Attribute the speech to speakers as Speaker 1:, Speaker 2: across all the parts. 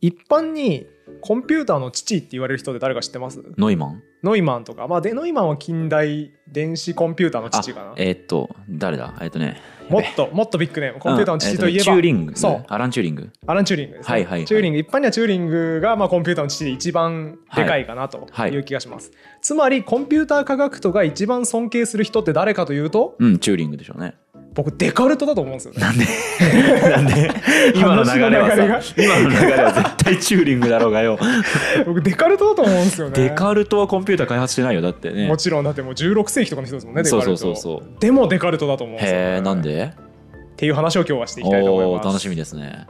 Speaker 1: 一般にコンピューターの父って言われる人で誰か知ってます
Speaker 2: ノイマン
Speaker 1: ノイマンとか、まあ、でノイマンは近代電子コンピューターの
Speaker 2: あ
Speaker 1: 父かな、
Speaker 2: えーっと誰だえーっとね
Speaker 1: もっともっとビッグネームコンピューターの父といえば、
Speaker 2: うんーっねチューリング
Speaker 1: そう
Speaker 2: アラン・チューリング
Speaker 1: アラン・チューリングですね、
Speaker 2: はいはいはい
Speaker 1: チューリング一般にはチューリングが、まあ、コンピューターの父で一番でかいかなと
Speaker 2: はい
Speaker 1: いう気がします、つまりコンピューター科学とが一番尊敬する人って誰かというと
Speaker 2: うんチューリングでしょう ね
Speaker 1: 僕デカルトだと思うんですよね
Speaker 2: なんでなんで 今の流れは
Speaker 1: 話の流れが
Speaker 2: さ今の流れは絶対チューリングだろうが よ
Speaker 1: 僕デカルトだと思うんですよね
Speaker 2: デカルトはコンピューター開発してないよだってね
Speaker 1: もちろんだってもう16世紀とかの人ですもんねデカ
Speaker 2: そ
Speaker 1: ル
Speaker 2: う
Speaker 1: ト
Speaker 2: そうそうそう
Speaker 1: でもデカルトだと思うんですよね、
Speaker 2: へえなんで
Speaker 1: っていう話を今日はしていきたいと思
Speaker 2: お
Speaker 1: い
Speaker 2: おー
Speaker 1: ま
Speaker 2: 楽
Speaker 1: す
Speaker 2: しみですね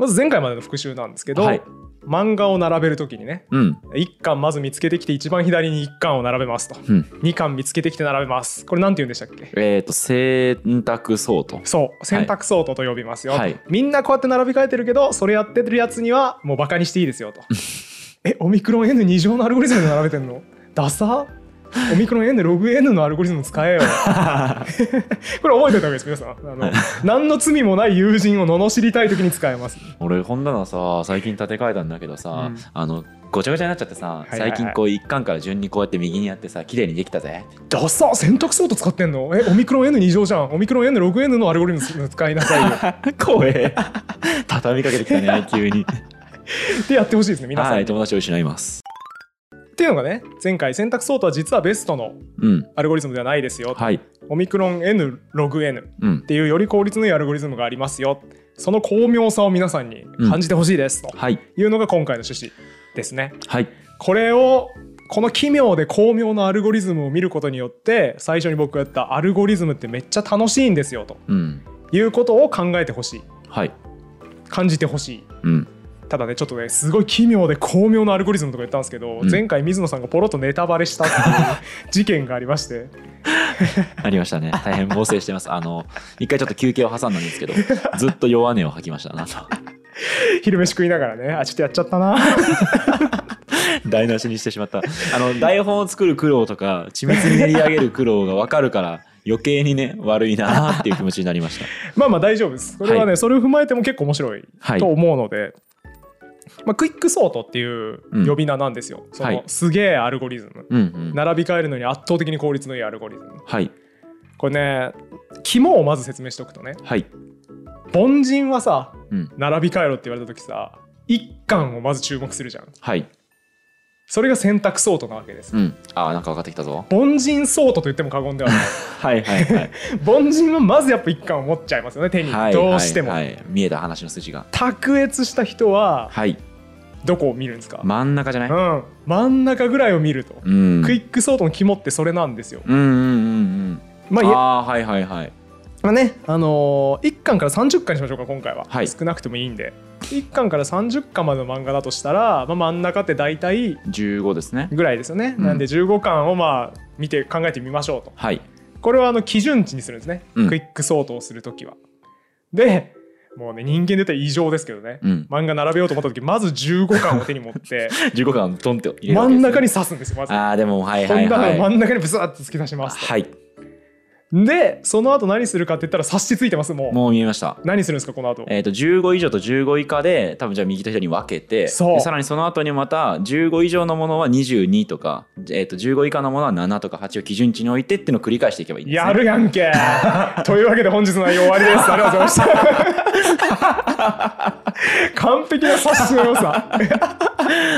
Speaker 1: まず前回までの復習なんですけど、
Speaker 2: はい
Speaker 1: 漫画を並べるときにね
Speaker 2: うん
Speaker 1: 1巻まず見つけてきて一番左に1巻を並べますと、
Speaker 2: うん
Speaker 1: 2巻見つけてきて並べますこれなんて言うんでしたっけ
Speaker 2: えーっと選択相当
Speaker 1: そう選択相当と呼びますよ、
Speaker 2: はい
Speaker 1: みんなこうやって並び替えてるけどそれやってるやつにはもうバカにしていいです よとえオミクロン N2 乗のアルゴリズムで並べてんのダサオミクロン N ログ N のアルゴリズム使 えよ これ覚えておいた方がいいです皆さんあの何の罪もない友人を罵りたい時に使えます
Speaker 2: 俺こんなのさ最近立て替えたんだけどさ、
Speaker 1: うん
Speaker 2: あのごちゃごちゃになっちゃってさ、
Speaker 1: いはいはい
Speaker 2: 最近こう一巻から順にこうやって右にやってさ綺麗にできたぜ
Speaker 1: ダサ選択相当使ってんのえオミクロン N2 乗じゃんオミクロン N ログ N のアルゴリズム使いなさいよ
Speaker 2: 怖え 畳みかけてきたね急に
Speaker 1: ってやってほしいですね皆さんに、
Speaker 2: はい友達を失います
Speaker 1: っていうのがね前回選択相当は実はベストの
Speaker 2: うん
Speaker 1: アルゴリズムではないですよと
Speaker 2: はい
Speaker 1: オミクロン N ログ N っ
Speaker 2: うん
Speaker 1: ていうより効率のいいアルゴリズムがありますよその巧妙さを皆さんに感じてほしいですと
Speaker 2: はい
Speaker 1: いうのが今回の趣旨ですね。
Speaker 2: はい
Speaker 1: これをこの奇妙で巧妙なアルゴリズムを見ることによって最初に僕がやったアルゴリズムってめっちゃ楽しいんですよと
Speaker 2: うん
Speaker 1: いうことを考えてほしい
Speaker 2: はい
Speaker 1: 感じてほしい
Speaker 2: うん
Speaker 1: ただねちょっとねすごい奇妙で巧妙なアルゴリズムとか言ったんですけど、
Speaker 2: うん
Speaker 1: 前回水野さんがポロッとネタバレしたっていう事件がありま して
Speaker 2: ありましたね大変猛省してますあの一回ちょっと休憩を挟んだんですけどずっと弱音を吐きましたなんと
Speaker 1: 昼飯食いながらねあちょっとやっちゃったな
Speaker 2: 台無しにしてしまったあの台本を作る苦労とか緻密に練り上げる苦労が分かるから余計にね悪いなーっていう気持ちになりました
Speaker 1: まあまあ大丈夫です。これはね、
Speaker 2: は
Speaker 1: それを踏まえても結構面白い
Speaker 2: はい
Speaker 1: と思うので、まあ、クイックソートっていう
Speaker 2: うん
Speaker 1: 呼び名なんですよ。その
Speaker 2: はい
Speaker 1: すげえアルゴリズム。
Speaker 2: うんうん
Speaker 1: 並び替えるのに圧倒的に効率のいいアルゴリズム。
Speaker 2: はい
Speaker 1: これね、肝をまず説明しておくとね、
Speaker 2: はい
Speaker 1: 凡人はさ、
Speaker 2: うん
Speaker 1: 並び替えろって言われた時さ、一巻をまず注目するじゃん。
Speaker 2: はい
Speaker 1: それが選択ソートなわけです。
Speaker 2: うんあーなんか分かってきたぞ
Speaker 1: 凡人ソートと言っても過言では ない。
Speaker 2: はいはいはい
Speaker 1: 凡人はまずやっぱ一巻を持っちゃいますよね、手に。
Speaker 2: はい
Speaker 1: どうしても。
Speaker 2: はいはい見えた話の筋が
Speaker 1: 卓越した人は
Speaker 2: はい
Speaker 1: どこを見るんですか、
Speaker 2: 真ん中じゃない
Speaker 1: うん、真ん中ぐらいを見ると、
Speaker 2: うん
Speaker 1: クイックソートの肝ってそれなんですよ。
Speaker 2: うんうんうん
Speaker 1: ま
Speaker 2: う
Speaker 1: あ
Speaker 2: ん
Speaker 1: いえ
Speaker 2: ああーはいはいはい
Speaker 1: まあね、あのー、1巻から30巻にしましょうか今回は、
Speaker 2: はい
Speaker 1: 少なくてもいいんで1巻から30巻までの漫画だとしたら、まあ、真ん中って大体
Speaker 2: 15ですね
Speaker 1: ぐらいですよね、
Speaker 2: うん
Speaker 1: なんで15巻をまあ見て考えてみましょうと
Speaker 2: はい
Speaker 1: これはあの基準値にするんですね、
Speaker 2: うん
Speaker 1: クイックソートをするときはでもうね人間で言ったら異常ですけどね、
Speaker 2: うん
Speaker 1: 漫画並べようと思った時まず15巻を手に持って
Speaker 2: 15巻トンって入れるわ
Speaker 1: 真
Speaker 2: けで
Speaker 1: ん
Speaker 2: す
Speaker 1: 中
Speaker 2: ね
Speaker 1: に刺すんですよまず。
Speaker 2: ああでもはい
Speaker 1: こ
Speaker 2: は
Speaker 1: ん
Speaker 2: い
Speaker 1: な
Speaker 2: はい
Speaker 1: の真ん中にブスーッと突き出しますと、
Speaker 2: はい
Speaker 1: でその後何するかって言ったら察しついてますもう
Speaker 2: もう見えました
Speaker 1: 何するんですかこの後
Speaker 2: えー、と15以上と15以下で多分じゃあ右と左に分けて
Speaker 1: そう
Speaker 2: でさらにその後にまた15以上のものは22とか、えー、と15以下のものは7とか8を基準値に置いてっていうのを繰り返していけばいいんです、ね、
Speaker 1: やるやん けというわけで本日の内容終わりですありがとうございました 完璧な察しの良さ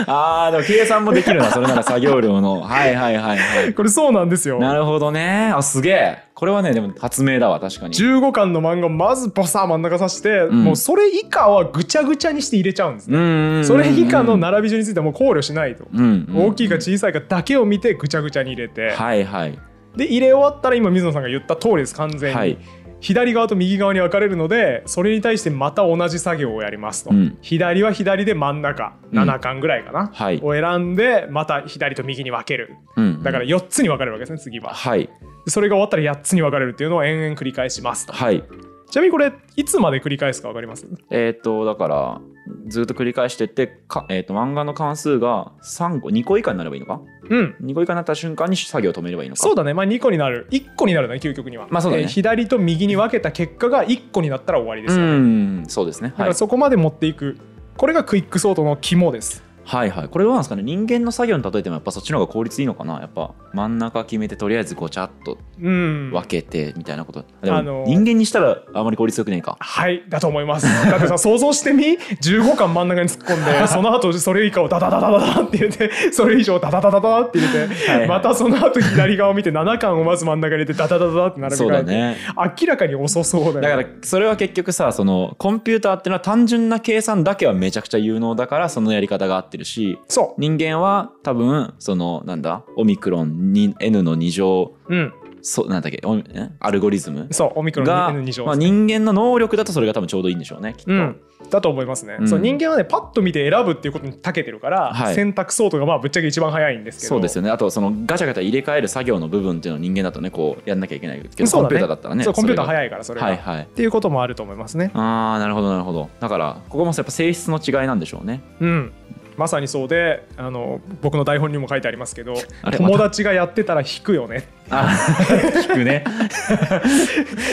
Speaker 2: あーでも計算もできるなそれなら作業量のはいはいはいはい
Speaker 1: これそうなんですよ
Speaker 2: なるほどねあすげえこれはねでも発明だわ確かに
Speaker 1: 15巻の漫画をまずボサー真ん中刺して、
Speaker 2: ん
Speaker 1: もうそれ以下はぐちゃぐちゃにして入れちゃうんですね、
Speaker 2: うんうんうん
Speaker 1: それ以下の並び順についてはもう考慮しないと、
Speaker 2: うんうんうん
Speaker 1: 大きいか小さいかだけを見てぐちゃぐちゃに入れて、
Speaker 2: はいはい
Speaker 1: で入れ終わったら今水野さんが言った通りです完全に、
Speaker 2: はい
Speaker 1: 左側と右側に分かれるのでそれに対してまた同じ作業をやりますと、
Speaker 2: うん
Speaker 1: 左は左で真ん中
Speaker 2: うん
Speaker 1: 7巻ぐらいかな、
Speaker 2: はい
Speaker 1: を選んでまた左と右に分ける
Speaker 2: うんうん
Speaker 1: だから4つに分かれるわけですね次は
Speaker 2: はい
Speaker 1: それが終わったら8つに分かれるっていうのを延々繰り返しますと
Speaker 2: はい
Speaker 1: ちなみにこれいつまで繰り返すか分かります
Speaker 2: えっ、とだからずっと繰り返してってか、えー、と漫画の関数が3個2個以下になればいいのか
Speaker 1: うん
Speaker 2: 2個以下になった瞬間に作業を止めればいいのか
Speaker 1: そうだねまあ2個になる1個になるね究極には
Speaker 2: まあそうだね
Speaker 1: えー左と右に分けた結果が1個になったら終わりで
Speaker 2: う
Speaker 1: すよ、
Speaker 2: んそうですね
Speaker 1: だか
Speaker 2: はい
Speaker 1: らそこまで持っていくこれがクイックソートの肝です
Speaker 2: はいはいこれどうなんですかね人間の作業に例えてもやっぱそっちの方が効率いいのかなやっぱ真ん中決めてとりあえずごちゃっと
Speaker 1: うん
Speaker 2: 分けてみたいなこと、でも
Speaker 1: あのー
Speaker 2: 人間にしたらあまり効率よくないか
Speaker 1: はいだと思いますだってさ想像してみ15巻真ん中に突っ込ん でその後それ以下をダダダダダダって入れてそれ以上ダダダダダって入れて、
Speaker 2: はいはい
Speaker 1: またその後左側を見て7巻をまず真ん中に入れてダダダダダって並べ
Speaker 2: そう
Speaker 1: 替
Speaker 2: だ
Speaker 1: えて、
Speaker 2: ね
Speaker 1: 明らかに遅そうだよ
Speaker 2: だからそれは結局さそのコンピューターってのは単純な計算だけはめちゃくちゃ有能だからそのやり方が合ってるし
Speaker 1: そ
Speaker 2: 人間は多分そのなんだオミクロンに N の2乗
Speaker 1: ううん
Speaker 2: そうなんだっけオミえアルゴリズム
Speaker 1: そうオミクロン
Speaker 2: が、
Speaker 1: の N2 乗
Speaker 2: まあ、人間の能力だとそれが多分ちょうどいいんでしょうねきっと、
Speaker 1: うん、だと思いますね、
Speaker 2: うん
Speaker 1: そう人間はねパッと見て選ぶっていうことに長けてるから、
Speaker 2: はい
Speaker 1: 選択ソートがまあぶっちゃけ一番早いんですけど
Speaker 2: そうですよねあとそのガチャガチャ入れ替える作業の部分っていうのを人間だとねこうやんなきゃいけないけど、
Speaker 1: そ
Speaker 2: コ
Speaker 1: うだ
Speaker 2: ンピュ
Speaker 1: ね
Speaker 2: ーターだったらね
Speaker 1: そうコンピューター
Speaker 2: い
Speaker 1: 早いからそれが、
Speaker 2: はいはい
Speaker 1: っていうこともあると思いますね
Speaker 2: ああなるほどなるほどだからここもやっぱ性質の違いなんでしょうね
Speaker 1: うんまさにそうであの僕の台本にも書いてありますけど
Speaker 2: あれ
Speaker 1: 友達がやってたら引くよね
Speaker 2: あ聞くね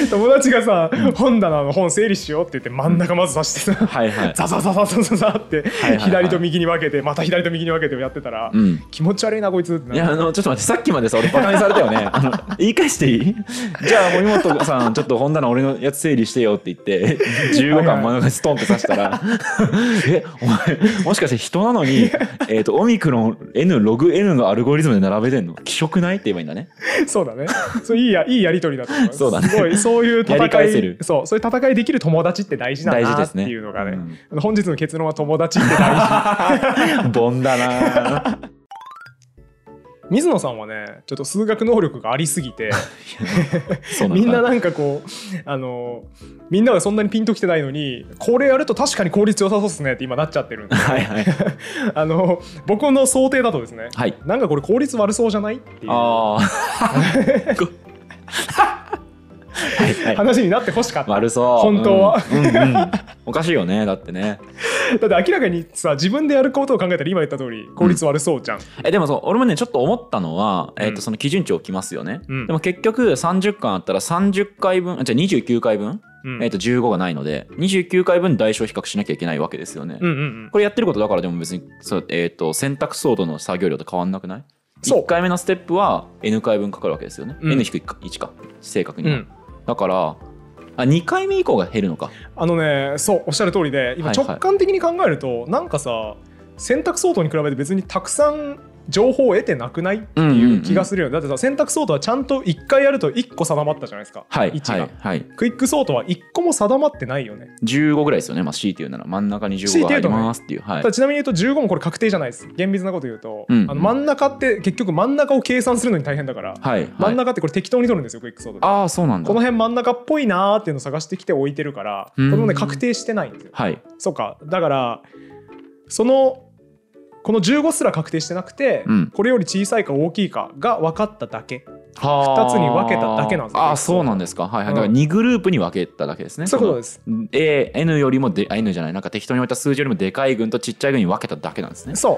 Speaker 1: 友達がさ、本棚の本整理しようって言って真ん中まず刺してさ、
Speaker 2: はいはい
Speaker 1: ザザザザザザザって、
Speaker 2: いはいはい
Speaker 1: 左と右に分けてまた左と右に分けてやってたら、
Speaker 2: うん
Speaker 1: 気持ち悪いなこいつってないる
Speaker 2: やあのちょっと待ってさっきまでさ俺バカにされたよねあの言い返していいじゃあ森本さんちょっと本棚俺のやつ整理してよって言って15巻漫画にストンって刺したらえお前もしかして人なのにえーとオミクロン N ログ N のアルゴリズムで並べてんの気色ないって言えばいいんだね
Speaker 1: そうだね。そういいやいいやり取りだと思います。
Speaker 2: そうだね
Speaker 1: すごいそういう戦
Speaker 2: やり返せ
Speaker 1: い
Speaker 2: る、
Speaker 1: そうそういう戦いできる友達って大事なん
Speaker 2: 大
Speaker 1: だ
Speaker 2: 事
Speaker 1: な
Speaker 2: で
Speaker 1: っ
Speaker 2: す
Speaker 1: て
Speaker 2: ね
Speaker 1: いうのがね。
Speaker 2: うん
Speaker 1: 本日の結論は友達って大事。
Speaker 2: ボンだな
Speaker 1: 水野さんはね、ちょっと数学能力がありす ぎて、
Speaker 2: そうの
Speaker 1: み
Speaker 2: か
Speaker 1: んななんかこうあのみんながそんなにピンときてないのに、これやると確かに効率良さそうですねって今なっちゃって るんで。
Speaker 2: はいはい
Speaker 1: あの僕の想定だとですね。
Speaker 2: はい
Speaker 1: なんかこれ効率悪そうじゃないっていう
Speaker 2: ああ はい はい
Speaker 1: 話になってほしかった。
Speaker 2: 悪そう
Speaker 1: 本当は
Speaker 2: うんうんうんおかしいよねだってね
Speaker 1: だって明らかにさ自分でやることを考えたら今言った通り効率悪そうじゃん。
Speaker 2: えでもそう俺もねちょっと思ったのは、
Speaker 1: うん
Speaker 2: えっとその基準値を置きますよね、
Speaker 1: うん
Speaker 2: でも結局30巻あったら30回分あじゃあ29回分、
Speaker 1: うん
Speaker 2: えっと15がないので29回分代償比較しなきゃいけないわけですよね、
Speaker 1: うんうんうん。
Speaker 2: これやってることだからでも別にそう、えっと選択ソードの作業量と変わんなくない
Speaker 1: そう
Speaker 2: 1回目のステップは N 回分かかるわけですよね、
Speaker 1: うん
Speaker 2: N-1 か1か正確に
Speaker 1: う
Speaker 2: は、
Speaker 1: ん
Speaker 2: だからあ2回目以降が減るのか
Speaker 1: あのねそうおっしゃる通りで今
Speaker 2: はいは
Speaker 1: 直
Speaker 2: い
Speaker 1: 感的に考えると、なんかさ選択相当に比べて別にたくさん情報を得てなくないっていう気がするよね、だってさ選択相当はちゃんと1回やると1個定まったじゃないですか、
Speaker 2: はい
Speaker 1: 位置が、
Speaker 2: はい、はい、
Speaker 1: クイック相当は1個も定まってないよね、
Speaker 2: 15ぐらいですよね、まあ、C っていうなら真ん中に
Speaker 1: C っ
Speaker 2: 15が
Speaker 1: てい
Speaker 2: 入
Speaker 1: うと
Speaker 2: り
Speaker 1: ね
Speaker 2: ますっていうはい
Speaker 1: ただちなみに言うと15もこれ確定じゃないです厳密なこと言うと、
Speaker 2: うん
Speaker 1: あの真ん中って結局真ん中を計算するのに大変だから、
Speaker 2: はい、はい、
Speaker 1: 真ん中ってこれ適当に取るんですよクイック相当って
Speaker 2: ああそうなんだ
Speaker 1: この辺真ん中っぽいなーっていうのを探してきて置いてるからこ
Speaker 2: うん
Speaker 1: れもね確定してないんですよ
Speaker 2: はい
Speaker 1: そうかだからそのこの15すら確定してなくて、
Speaker 2: うん
Speaker 1: これより小さいか大きいかが分かっただけ
Speaker 2: 二
Speaker 1: 二つに分けただけなんですね
Speaker 2: ああそうなんですかはいは
Speaker 1: う
Speaker 2: い
Speaker 1: ん
Speaker 2: だから2グループに分けただけですね
Speaker 1: そういうことです
Speaker 2: その A N よりもであ N じゃないなんか適当に置いた数字よりもでかい群とちっちゃい群に分けただけなんですね
Speaker 1: そ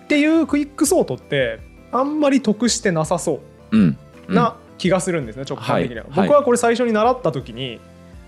Speaker 1: うっていうクイックソートってあんまり得してなさそ
Speaker 2: うん
Speaker 1: うな気がするんですね、直感的には、
Speaker 2: はいはい
Speaker 1: 僕はこれ最初に習った時に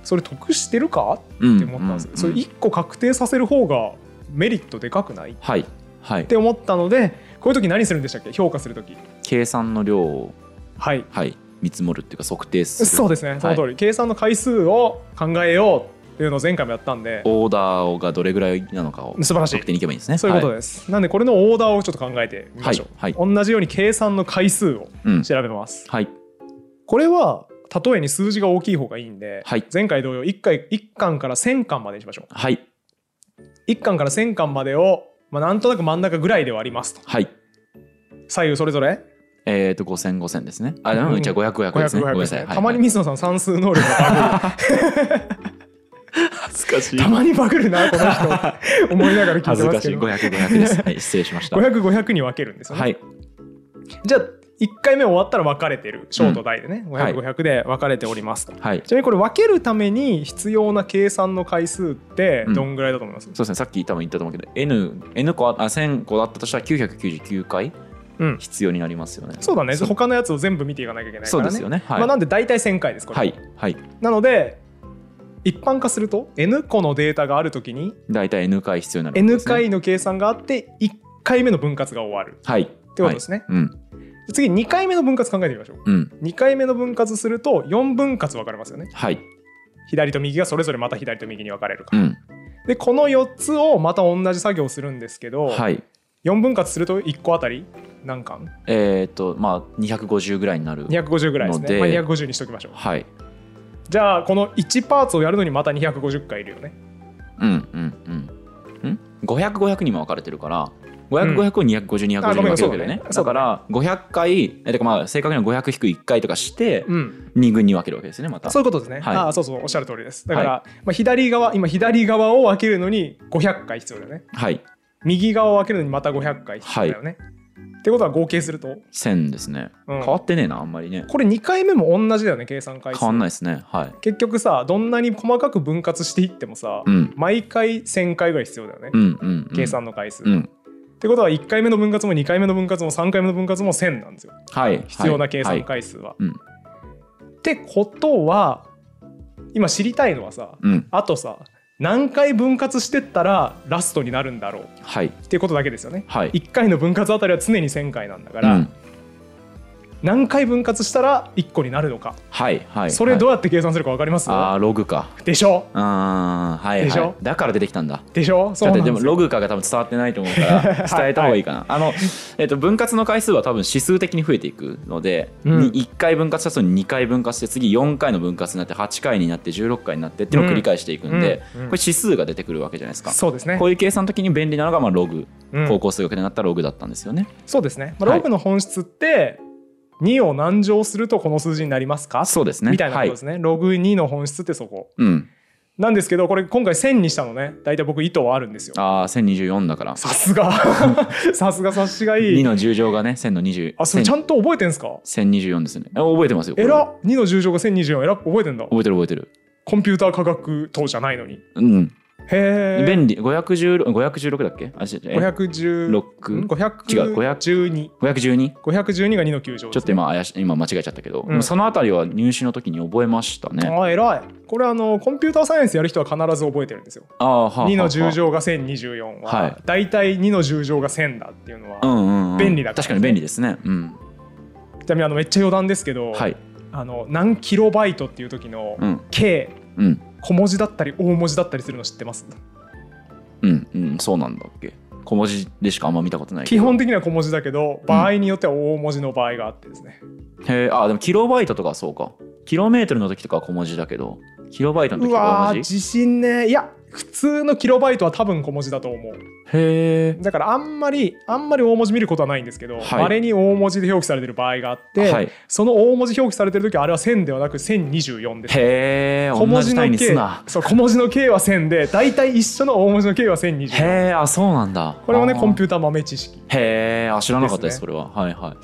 Speaker 1: それ得してるか
Speaker 2: うん
Speaker 1: って思ったんですよ、
Speaker 2: う
Speaker 1: それ1個確定させる方がメリットでかくないっ
Speaker 2: はいはい
Speaker 1: て思ったのでこういう時何するんでしたっけ評価する時
Speaker 2: 計算の量を
Speaker 1: はい
Speaker 2: はい見積もるっていうか測定する
Speaker 1: そうですねその通り、計算の回数を考えようっていうのを前回もやったんで
Speaker 2: オーダーがどれぐらいなのかを
Speaker 1: 素晴らしい
Speaker 2: 測定にいけばいいんですね
Speaker 1: そういうこと
Speaker 2: で
Speaker 1: です、なんでこれのオーダーをちょっと考えてみましょう、
Speaker 2: はい
Speaker 1: 同じように計算の回数を
Speaker 2: うん
Speaker 1: 調べます、
Speaker 2: はい
Speaker 1: これは例えに数字が大きい方がいいんで、
Speaker 2: はい
Speaker 1: 前回同様 1, 回1巻から1000巻までにしましょ
Speaker 2: はい
Speaker 1: う1巻から1000巻までを、まあ、なんとなく真ん中ぐらいではありますと
Speaker 2: はい
Speaker 1: 左右それぞれ
Speaker 2: えっと5000、5000ですね。あ、でも、
Speaker 1: うん
Speaker 2: じゃあ500、500ですね。ごめんなさい。
Speaker 1: たまに水野さん算数能力がバグる
Speaker 2: 恥ずかしい
Speaker 1: たまにバグるなこの 人思いながら聞い
Speaker 2: 恥
Speaker 1: て
Speaker 2: ず
Speaker 1: ま
Speaker 2: か
Speaker 1: す
Speaker 2: し
Speaker 1: け
Speaker 2: い。
Speaker 1: ど
Speaker 2: 500、500で す。はい、失礼しました。
Speaker 1: 500500 500に分けるんですよね、
Speaker 2: はい。
Speaker 1: じゃあ1回目終わったら分かれてるショート大でね、
Speaker 2: はい
Speaker 1: 500500、500で分かれておりますと
Speaker 2: はい。
Speaker 1: ちなみにこれ分けるために必要な計算の回数って
Speaker 2: うん
Speaker 1: どんぐらいだと思います、
Speaker 2: そうですね、さっき多分言ったと思うけど、N、N 個あ、あ1000個だったとしたら999回
Speaker 1: うん
Speaker 2: 必要になりますよね。
Speaker 1: そうだね
Speaker 2: そう
Speaker 1: 他のやつを全部見ていかなきゃいけないか
Speaker 2: そう
Speaker 1: ら
Speaker 2: で
Speaker 1: ね
Speaker 2: すよね。はい。
Speaker 1: まあ、なんで大体1000回ですこれ、
Speaker 2: はい。はい。
Speaker 1: なので一般化すると N 個のデータがあるときに
Speaker 2: 大体 N 回必要になるわけ
Speaker 1: N
Speaker 2: ですね
Speaker 1: 回の計算があって1回目の分割が終わる
Speaker 2: はいっ
Speaker 1: ってことですね、
Speaker 2: うん
Speaker 1: で次2回目の分割考えてみましょう
Speaker 2: うん
Speaker 1: 2回目の分割すると4分割分かれますよね
Speaker 2: はい
Speaker 1: 左と右がそれぞれまた左と右に分かれるか
Speaker 2: う
Speaker 1: ら、
Speaker 2: ん
Speaker 1: でこの4つをまた同じ作業をするんですけど、
Speaker 2: はい
Speaker 1: 4分割すると1個あたり何巻
Speaker 2: えーっとまあ250ぐらいになる
Speaker 1: ?250 ぐらいです
Speaker 2: ので
Speaker 1: ね、まあ、250にしときましょう
Speaker 2: はい
Speaker 1: じゃあこの1パーツをやるのにまた250回いるよね
Speaker 2: うんうんうんん500500にも分かれてるから500500を250250に分
Speaker 1: あ
Speaker 2: か
Speaker 1: ごめん
Speaker 2: れてるわけだよね
Speaker 1: そうだね
Speaker 2: だから500回えてかまあ正確には500引く1回とかして
Speaker 1: うん
Speaker 2: 2群に分けるわけですねまた
Speaker 1: そういうことですね。
Speaker 2: はい
Speaker 1: ああそうそうおっしゃる通りです。だから、
Speaker 2: は
Speaker 1: まあ、左側今左側を分けるのに500回必要だよね。
Speaker 2: はい
Speaker 1: 右側を分けるのにまた500回必要だよね。ってことは合計すると、
Speaker 2: 1000ですね
Speaker 1: うん
Speaker 2: 変わってねえなあんまりね
Speaker 1: これ2回目も同じだよね計算回数。
Speaker 2: 変わんないですねはい
Speaker 1: 結局さどんなに細かく分割していってもさ、
Speaker 2: うん
Speaker 1: 毎回1000回ぐらい必要だよね、
Speaker 2: うんうんうん
Speaker 1: 計算の回数。
Speaker 2: う
Speaker 1: っ
Speaker 2: ん
Speaker 1: てことは1回目の分割も2回目の分割も3回目の分割も1000なんですよ
Speaker 2: はい
Speaker 1: 必要な計
Speaker 2: はい
Speaker 1: 算
Speaker 2: はい
Speaker 1: 回数は。
Speaker 2: うん
Speaker 1: ってことは今知りたいのはさ、
Speaker 2: うん
Speaker 1: あとさ何回分割してったらラストになるんだろう
Speaker 2: はい
Speaker 1: っていうことだけですよね
Speaker 2: はい
Speaker 1: 1回の分割あたりは常に1,000回なんだから、
Speaker 2: うん
Speaker 1: 何回分割したら1個になるのか、
Speaker 2: はいはい
Speaker 1: それどう
Speaker 2: う
Speaker 1: やって計算するか分かります、
Speaker 2: あーログか
Speaker 1: でしょ
Speaker 2: あーはい
Speaker 1: でし
Speaker 2: は
Speaker 1: ょ
Speaker 2: いだから出てきたんだ
Speaker 1: でしょそう
Speaker 2: だっ
Speaker 1: な
Speaker 2: て
Speaker 1: んで
Speaker 2: でも
Speaker 1: すよ
Speaker 2: ログ化が多分伝わってないと思うから 伝えた方がいいかな。あの、えっと、分割の回数は多分指数的に増えていくので、
Speaker 1: うん
Speaker 2: に1回分割した人に2回分割して次4回の分割になって8回になって16回になってっていうのを繰り返していくんで、
Speaker 1: うんうん
Speaker 2: これ指数が出てくるわけじゃないですか。
Speaker 1: そうですね
Speaker 2: こういう計算の時に便利なのがまあログ、
Speaker 1: うん
Speaker 2: 高校数学でなったログだったんですよね。
Speaker 1: そうですね、まあ、ログの本質って、2を何乗するとこの数字になりますか
Speaker 2: そうですね。
Speaker 1: みたいなこと
Speaker 2: は
Speaker 1: で
Speaker 2: い
Speaker 1: すね、ログ2の本質ってそこ
Speaker 2: うん、
Speaker 1: なんですけどこれ今回1000にしたのね大体僕意図はあるんですよ
Speaker 2: ああ1024だから
Speaker 1: さすがさすが察しがい
Speaker 2: 2
Speaker 1: い
Speaker 2: の10乗がね1000の20
Speaker 1: あそれちゃんと覚えてんすか
Speaker 2: 1024ですね。え覚えてますよ。こ
Speaker 1: え
Speaker 2: れ
Speaker 1: らっ2の10乗が1024えらっ覚えてんだ
Speaker 2: 覚えてる覚えてる。
Speaker 1: コンピューター科学等じゃないのにへ
Speaker 2: うん。
Speaker 1: え
Speaker 2: 便利516 516だっけあしえ
Speaker 1: 516
Speaker 2: 516違う
Speaker 1: 512
Speaker 2: 512?
Speaker 1: 512が2の9乗ですね、
Speaker 2: ちょっと今怪し今間違えちゃったけど、
Speaker 1: ん
Speaker 2: でもそのあたりは入試の時に覚えましたね。
Speaker 1: ああ偉いこれあのコンピューターサイエンスやる人は必ず覚えてるんですよ
Speaker 2: ああはあはあ
Speaker 1: 2の10乗が1024
Speaker 2: は
Speaker 1: はいだいたい2の10乗が1000だっていうのは、
Speaker 2: うんうん、うん、
Speaker 1: 便利だから
Speaker 2: 確かに便利ですね。うん。
Speaker 1: ちなみにあのめっちゃ余談ですけど、
Speaker 2: はい。
Speaker 1: あの何キロバイトっていう時の
Speaker 2: うん
Speaker 1: K
Speaker 2: うん
Speaker 1: 小文字だったり大文字だったりするの知ってます
Speaker 2: うんうんそうなんだっけ。小文字でしかあんま見たことないけ
Speaker 1: 基
Speaker 2: ど。
Speaker 1: 本的には小文字だけど場合によっては大文字の場合があってですね、
Speaker 2: へえあでもキロバイトとかはそうか。キロメートルの時とかは小文字だけど、キロバイトの
Speaker 1: う
Speaker 2: 時とか
Speaker 1: わ
Speaker 2: は
Speaker 1: ー
Speaker 2: 小文字。
Speaker 1: 自信ねいや普通のキロバイトは多分小文字だと思う
Speaker 2: へえ。
Speaker 1: だからあんまりあんまり大文字見ることはないんですけど、
Speaker 2: はい
Speaker 1: 稀に大文字で表記されてる場合があって、
Speaker 2: はい
Speaker 1: その大文字表記されてる時はあれは1000ではなく1024です
Speaker 2: へえ。
Speaker 1: 小文
Speaker 2: 同
Speaker 1: 字
Speaker 2: じ
Speaker 1: の
Speaker 2: 単位にす
Speaker 1: K
Speaker 2: な。
Speaker 1: そう小文字の K は1000で大体一緒の大文字の K は
Speaker 2: へ
Speaker 1: 1024
Speaker 2: えあそうなんだ。
Speaker 1: これもね
Speaker 2: あー
Speaker 1: コンピューター豆知識、
Speaker 2: へえあ知らなかったで
Speaker 1: で
Speaker 2: す
Speaker 1: すね
Speaker 2: それははいはい。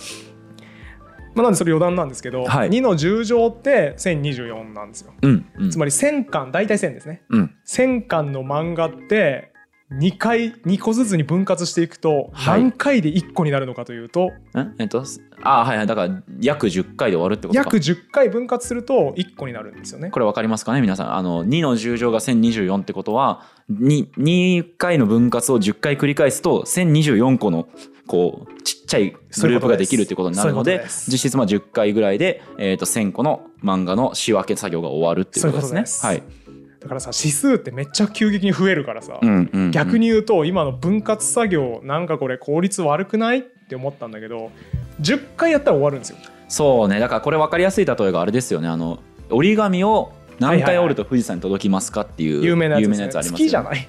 Speaker 1: まあ、なんでそれ余談なんですけど、
Speaker 2: はい
Speaker 1: 2の10乗って1024なんですよ
Speaker 2: うんうん。
Speaker 1: つまり1000巻大体1000ですね
Speaker 2: うん
Speaker 1: 1000巻の漫画って2回2個ずつに分割していくと
Speaker 2: はい
Speaker 1: 何回で1個になるのかというと、
Speaker 2: んえっとあはいはいだから約10回で終わるってことか。
Speaker 1: 約10回分割すると1個になるんですよね。
Speaker 2: これ分かりますかね皆さんあの2の10乗が1024ってことは 2, 2回の分割を10回繰り返すと1024個のこうちっちゃいグループができるってことになるの
Speaker 1: そういう
Speaker 2: で
Speaker 1: ことです
Speaker 2: 実質まあ10回ぐらいで、えー、と1000個の漫画の仕分け作業が終わるっていうことですね。
Speaker 1: そういうだからさ指数ってめっちゃ急激に増えるからさ、
Speaker 2: はいうんうんうん
Speaker 1: 逆に言うと今の分割作業なんかこれ効率悪くないって思ったんだけど10回やったら終わるんですよ。
Speaker 2: そうねだからこれ分かりやすい例えがあれですよねあの折り紙を何回折ると富士山に届きますかっていう
Speaker 1: 有名なやつです、ね、
Speaker 2: ありますよね
Speaker 1: 月じゃない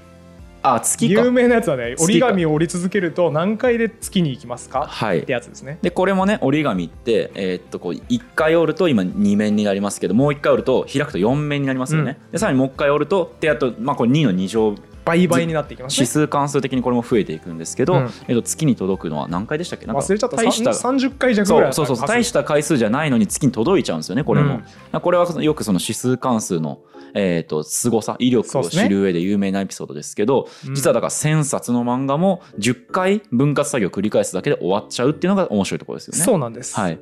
Speaker 2: あ月
Speaker 1: 有
Speaker 2: か
Speaker 1: 名なやつはね
Speaker 2: 月か
Speaker 1: 折り紙を折り続けると何回で月に行きますか
Speaker 2: はい
Speaker 1: ってやつですね。
Speaker 2: でこれもね折り紙って、えーっとこう1回折ると今2面になりますけどもう1回折ると開くと4面になりますよね、でさらにもう1回折るとであと、まあ、これ2の2乗
Speaker 1: 倍々になっていきます
Speaker 2: 指
Speaker 1: ね。
Speaker 2: 数関数的にこれも増えていくんですけど、
Speaker 1: うん
Speaker 2: えーっと月に届くのは何回でしたっけなんか
Speaker 1: 忘れちゃった
Speaker 2: 大した
Speaker 1: 30回弱ぐ
Speaker 2: そ
Speaker 1: らいう
Speaker 2: そうそう
Speaker 1: だった
Speaker 2: 大
Speaker 1: 数
Speaker 2: した回数じゃないのに月に届いちゃうんですよねこれも、
Speaker 1: うん
Speaker 2: だからこれはよくその指数関数のえー、と凄さ威力
Speaker 1: そう
Speaker 2: を
Speaker 1: ですね
Speaker 2: 知る上で有名なエピソードですけど
Speaker 1: うん
Speaker 2: 実はだから1,000冊の漫画も10回分割作業を繰り返すだけで終わっちゃうっていうのが面白いところですよね。
Speaker 1: そうなんです。
Speaker 2: はい、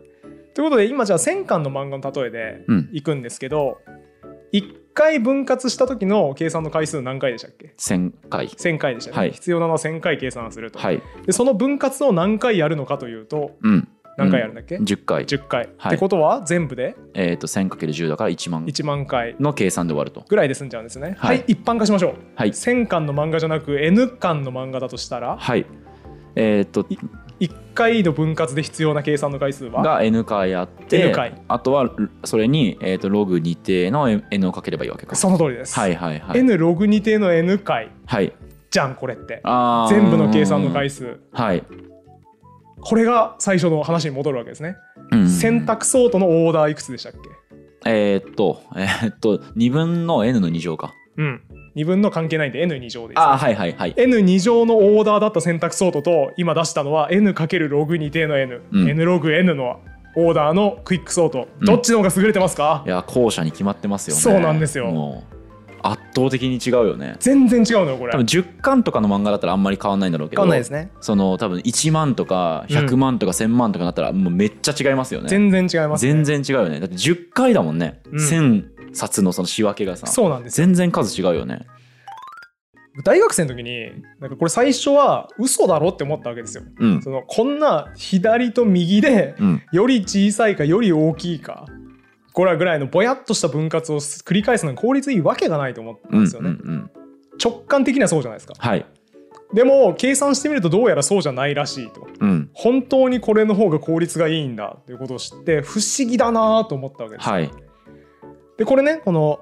Speaker 1: ということで今じゃあ1000巻の漫画の例えで
Speaker 2: うん
Speaker 1: いくんですけど、 1回分割した時の計算の回数何回でしたっけ
Speaker 2: 1000回
Speaker 1: ?1000 回でしたね、
Speaker 2: はい
Speaker 1: 必要なのは1000回計算すると、
Speaker 2: はい
Speaker 1: でその分割を何回やるのかというと
Speaker 2: うん
Speaker 1: 何回やるんだっけ、
Speaker 2: 10回
Speaker 1: 10回、
Speaker 2: は
Speaker 1: っ
Speaker 2: い
Speaker 1: てことは全部で
Speaker 2: えっ、と 1000×10 だから1万
Speaker 1: 1万回
Speaker 2: の計算で終わると
Speaker 1: ぐらいで済んじゃうんですね
Speaker 2: は
Speaker 1: はいい、一般化しましょう
Speaker 2: はい
Speaker 1: 1000巻の漫画じゃなく N 巻の漫画だとしたら
Speaker 2: はいえっ、と
Speaker 1: い1回の分割で必要な計算の回数は
Speaker 2: が N 回あって
Speaker 1: N 回
Speaker 2: あとはそれに、えー、とログ2定の N をかければいいわけか
Speaker 1: その通りです、
Speaker 2: はいはいはい、
Speaker 1: N ログ2定の N 回
Speaker 2: はい、
Speaker 1: じゃんこれって
Speaker 2: あー
Speaker 1: 全部の計算の回数
Speaker 2: はい、
Speaker 1: これが最初の話に戻るわけですね、
Speaker 2: うん
Speaker 1: 選択ソートのオーダーいくつでしたっけ
Speaker 2: えーっと、えーっと、2分の n の2乗か。
Speaker 1: うん2分の関係ないんで N2 乗です
Speaker 2: あーはいはいはい。
Speaker 1: N2 乗のオーダーだった選択ソートと今出したのは N× ログ2定の N、
Speaker 2: うん
Speaker 1: N ログ N のオーダーのクイックソート、
Speaker 2: うん
Speaker 1: どっちの方が優れてますか
Speaker 2: いや、後者に決まってますよね。
Speaker 1: そうなんですよ
Speaker 2: もう、圧倒的に違うよね。
Speaker 1: 全然違うのよこれ
Speaker 2: 多分10巻とかの漫画だったらあんまり変わんないんだろうけど、
Speaker 1: ね
Speaker 2: その多分1万とか100万とか1000万とかなったらもうめっちゃ違いますよね。
Speaker 1: 全然違います、ね、
Speaker 2: 全然違うよね。だって10回だもんね。
Speaker 1: うん
Speaker 2: 1000冊のその仕分けがさ。
Speaker 1: そうなんですよ
Speaker 2: 全然数違うよね。
Speaker 1: 大学生の時になんかこれ最初は嘘だろって思ったわけですよ
Speaker 2: うん。
Speaker 1: そのこんな左と右で
Speaker 2: うん。
Speaker 1: より小さいかより大きいかこれぐらいのぼやっとした分割を繰り返すのが効率いいわけがないと思った
Speaker 2: うんん。
Speaker 1: ですよ
Speaker 2: う
Speaker 1: ね、
Speaker 2: ん。うん
Speaker 1: 直感的にはそうじゃないですか
Speaker 2: はい。
Speaker 1: でも計算してみるとどうやらそうじゃないらしいと
Speaker 2: うん。
Speaker 1: 本当にこれの方が効率がいいんだということを知って不思議だなと思ったわけです、
Speaker 2: はい。
Speaker 1: でこれねこの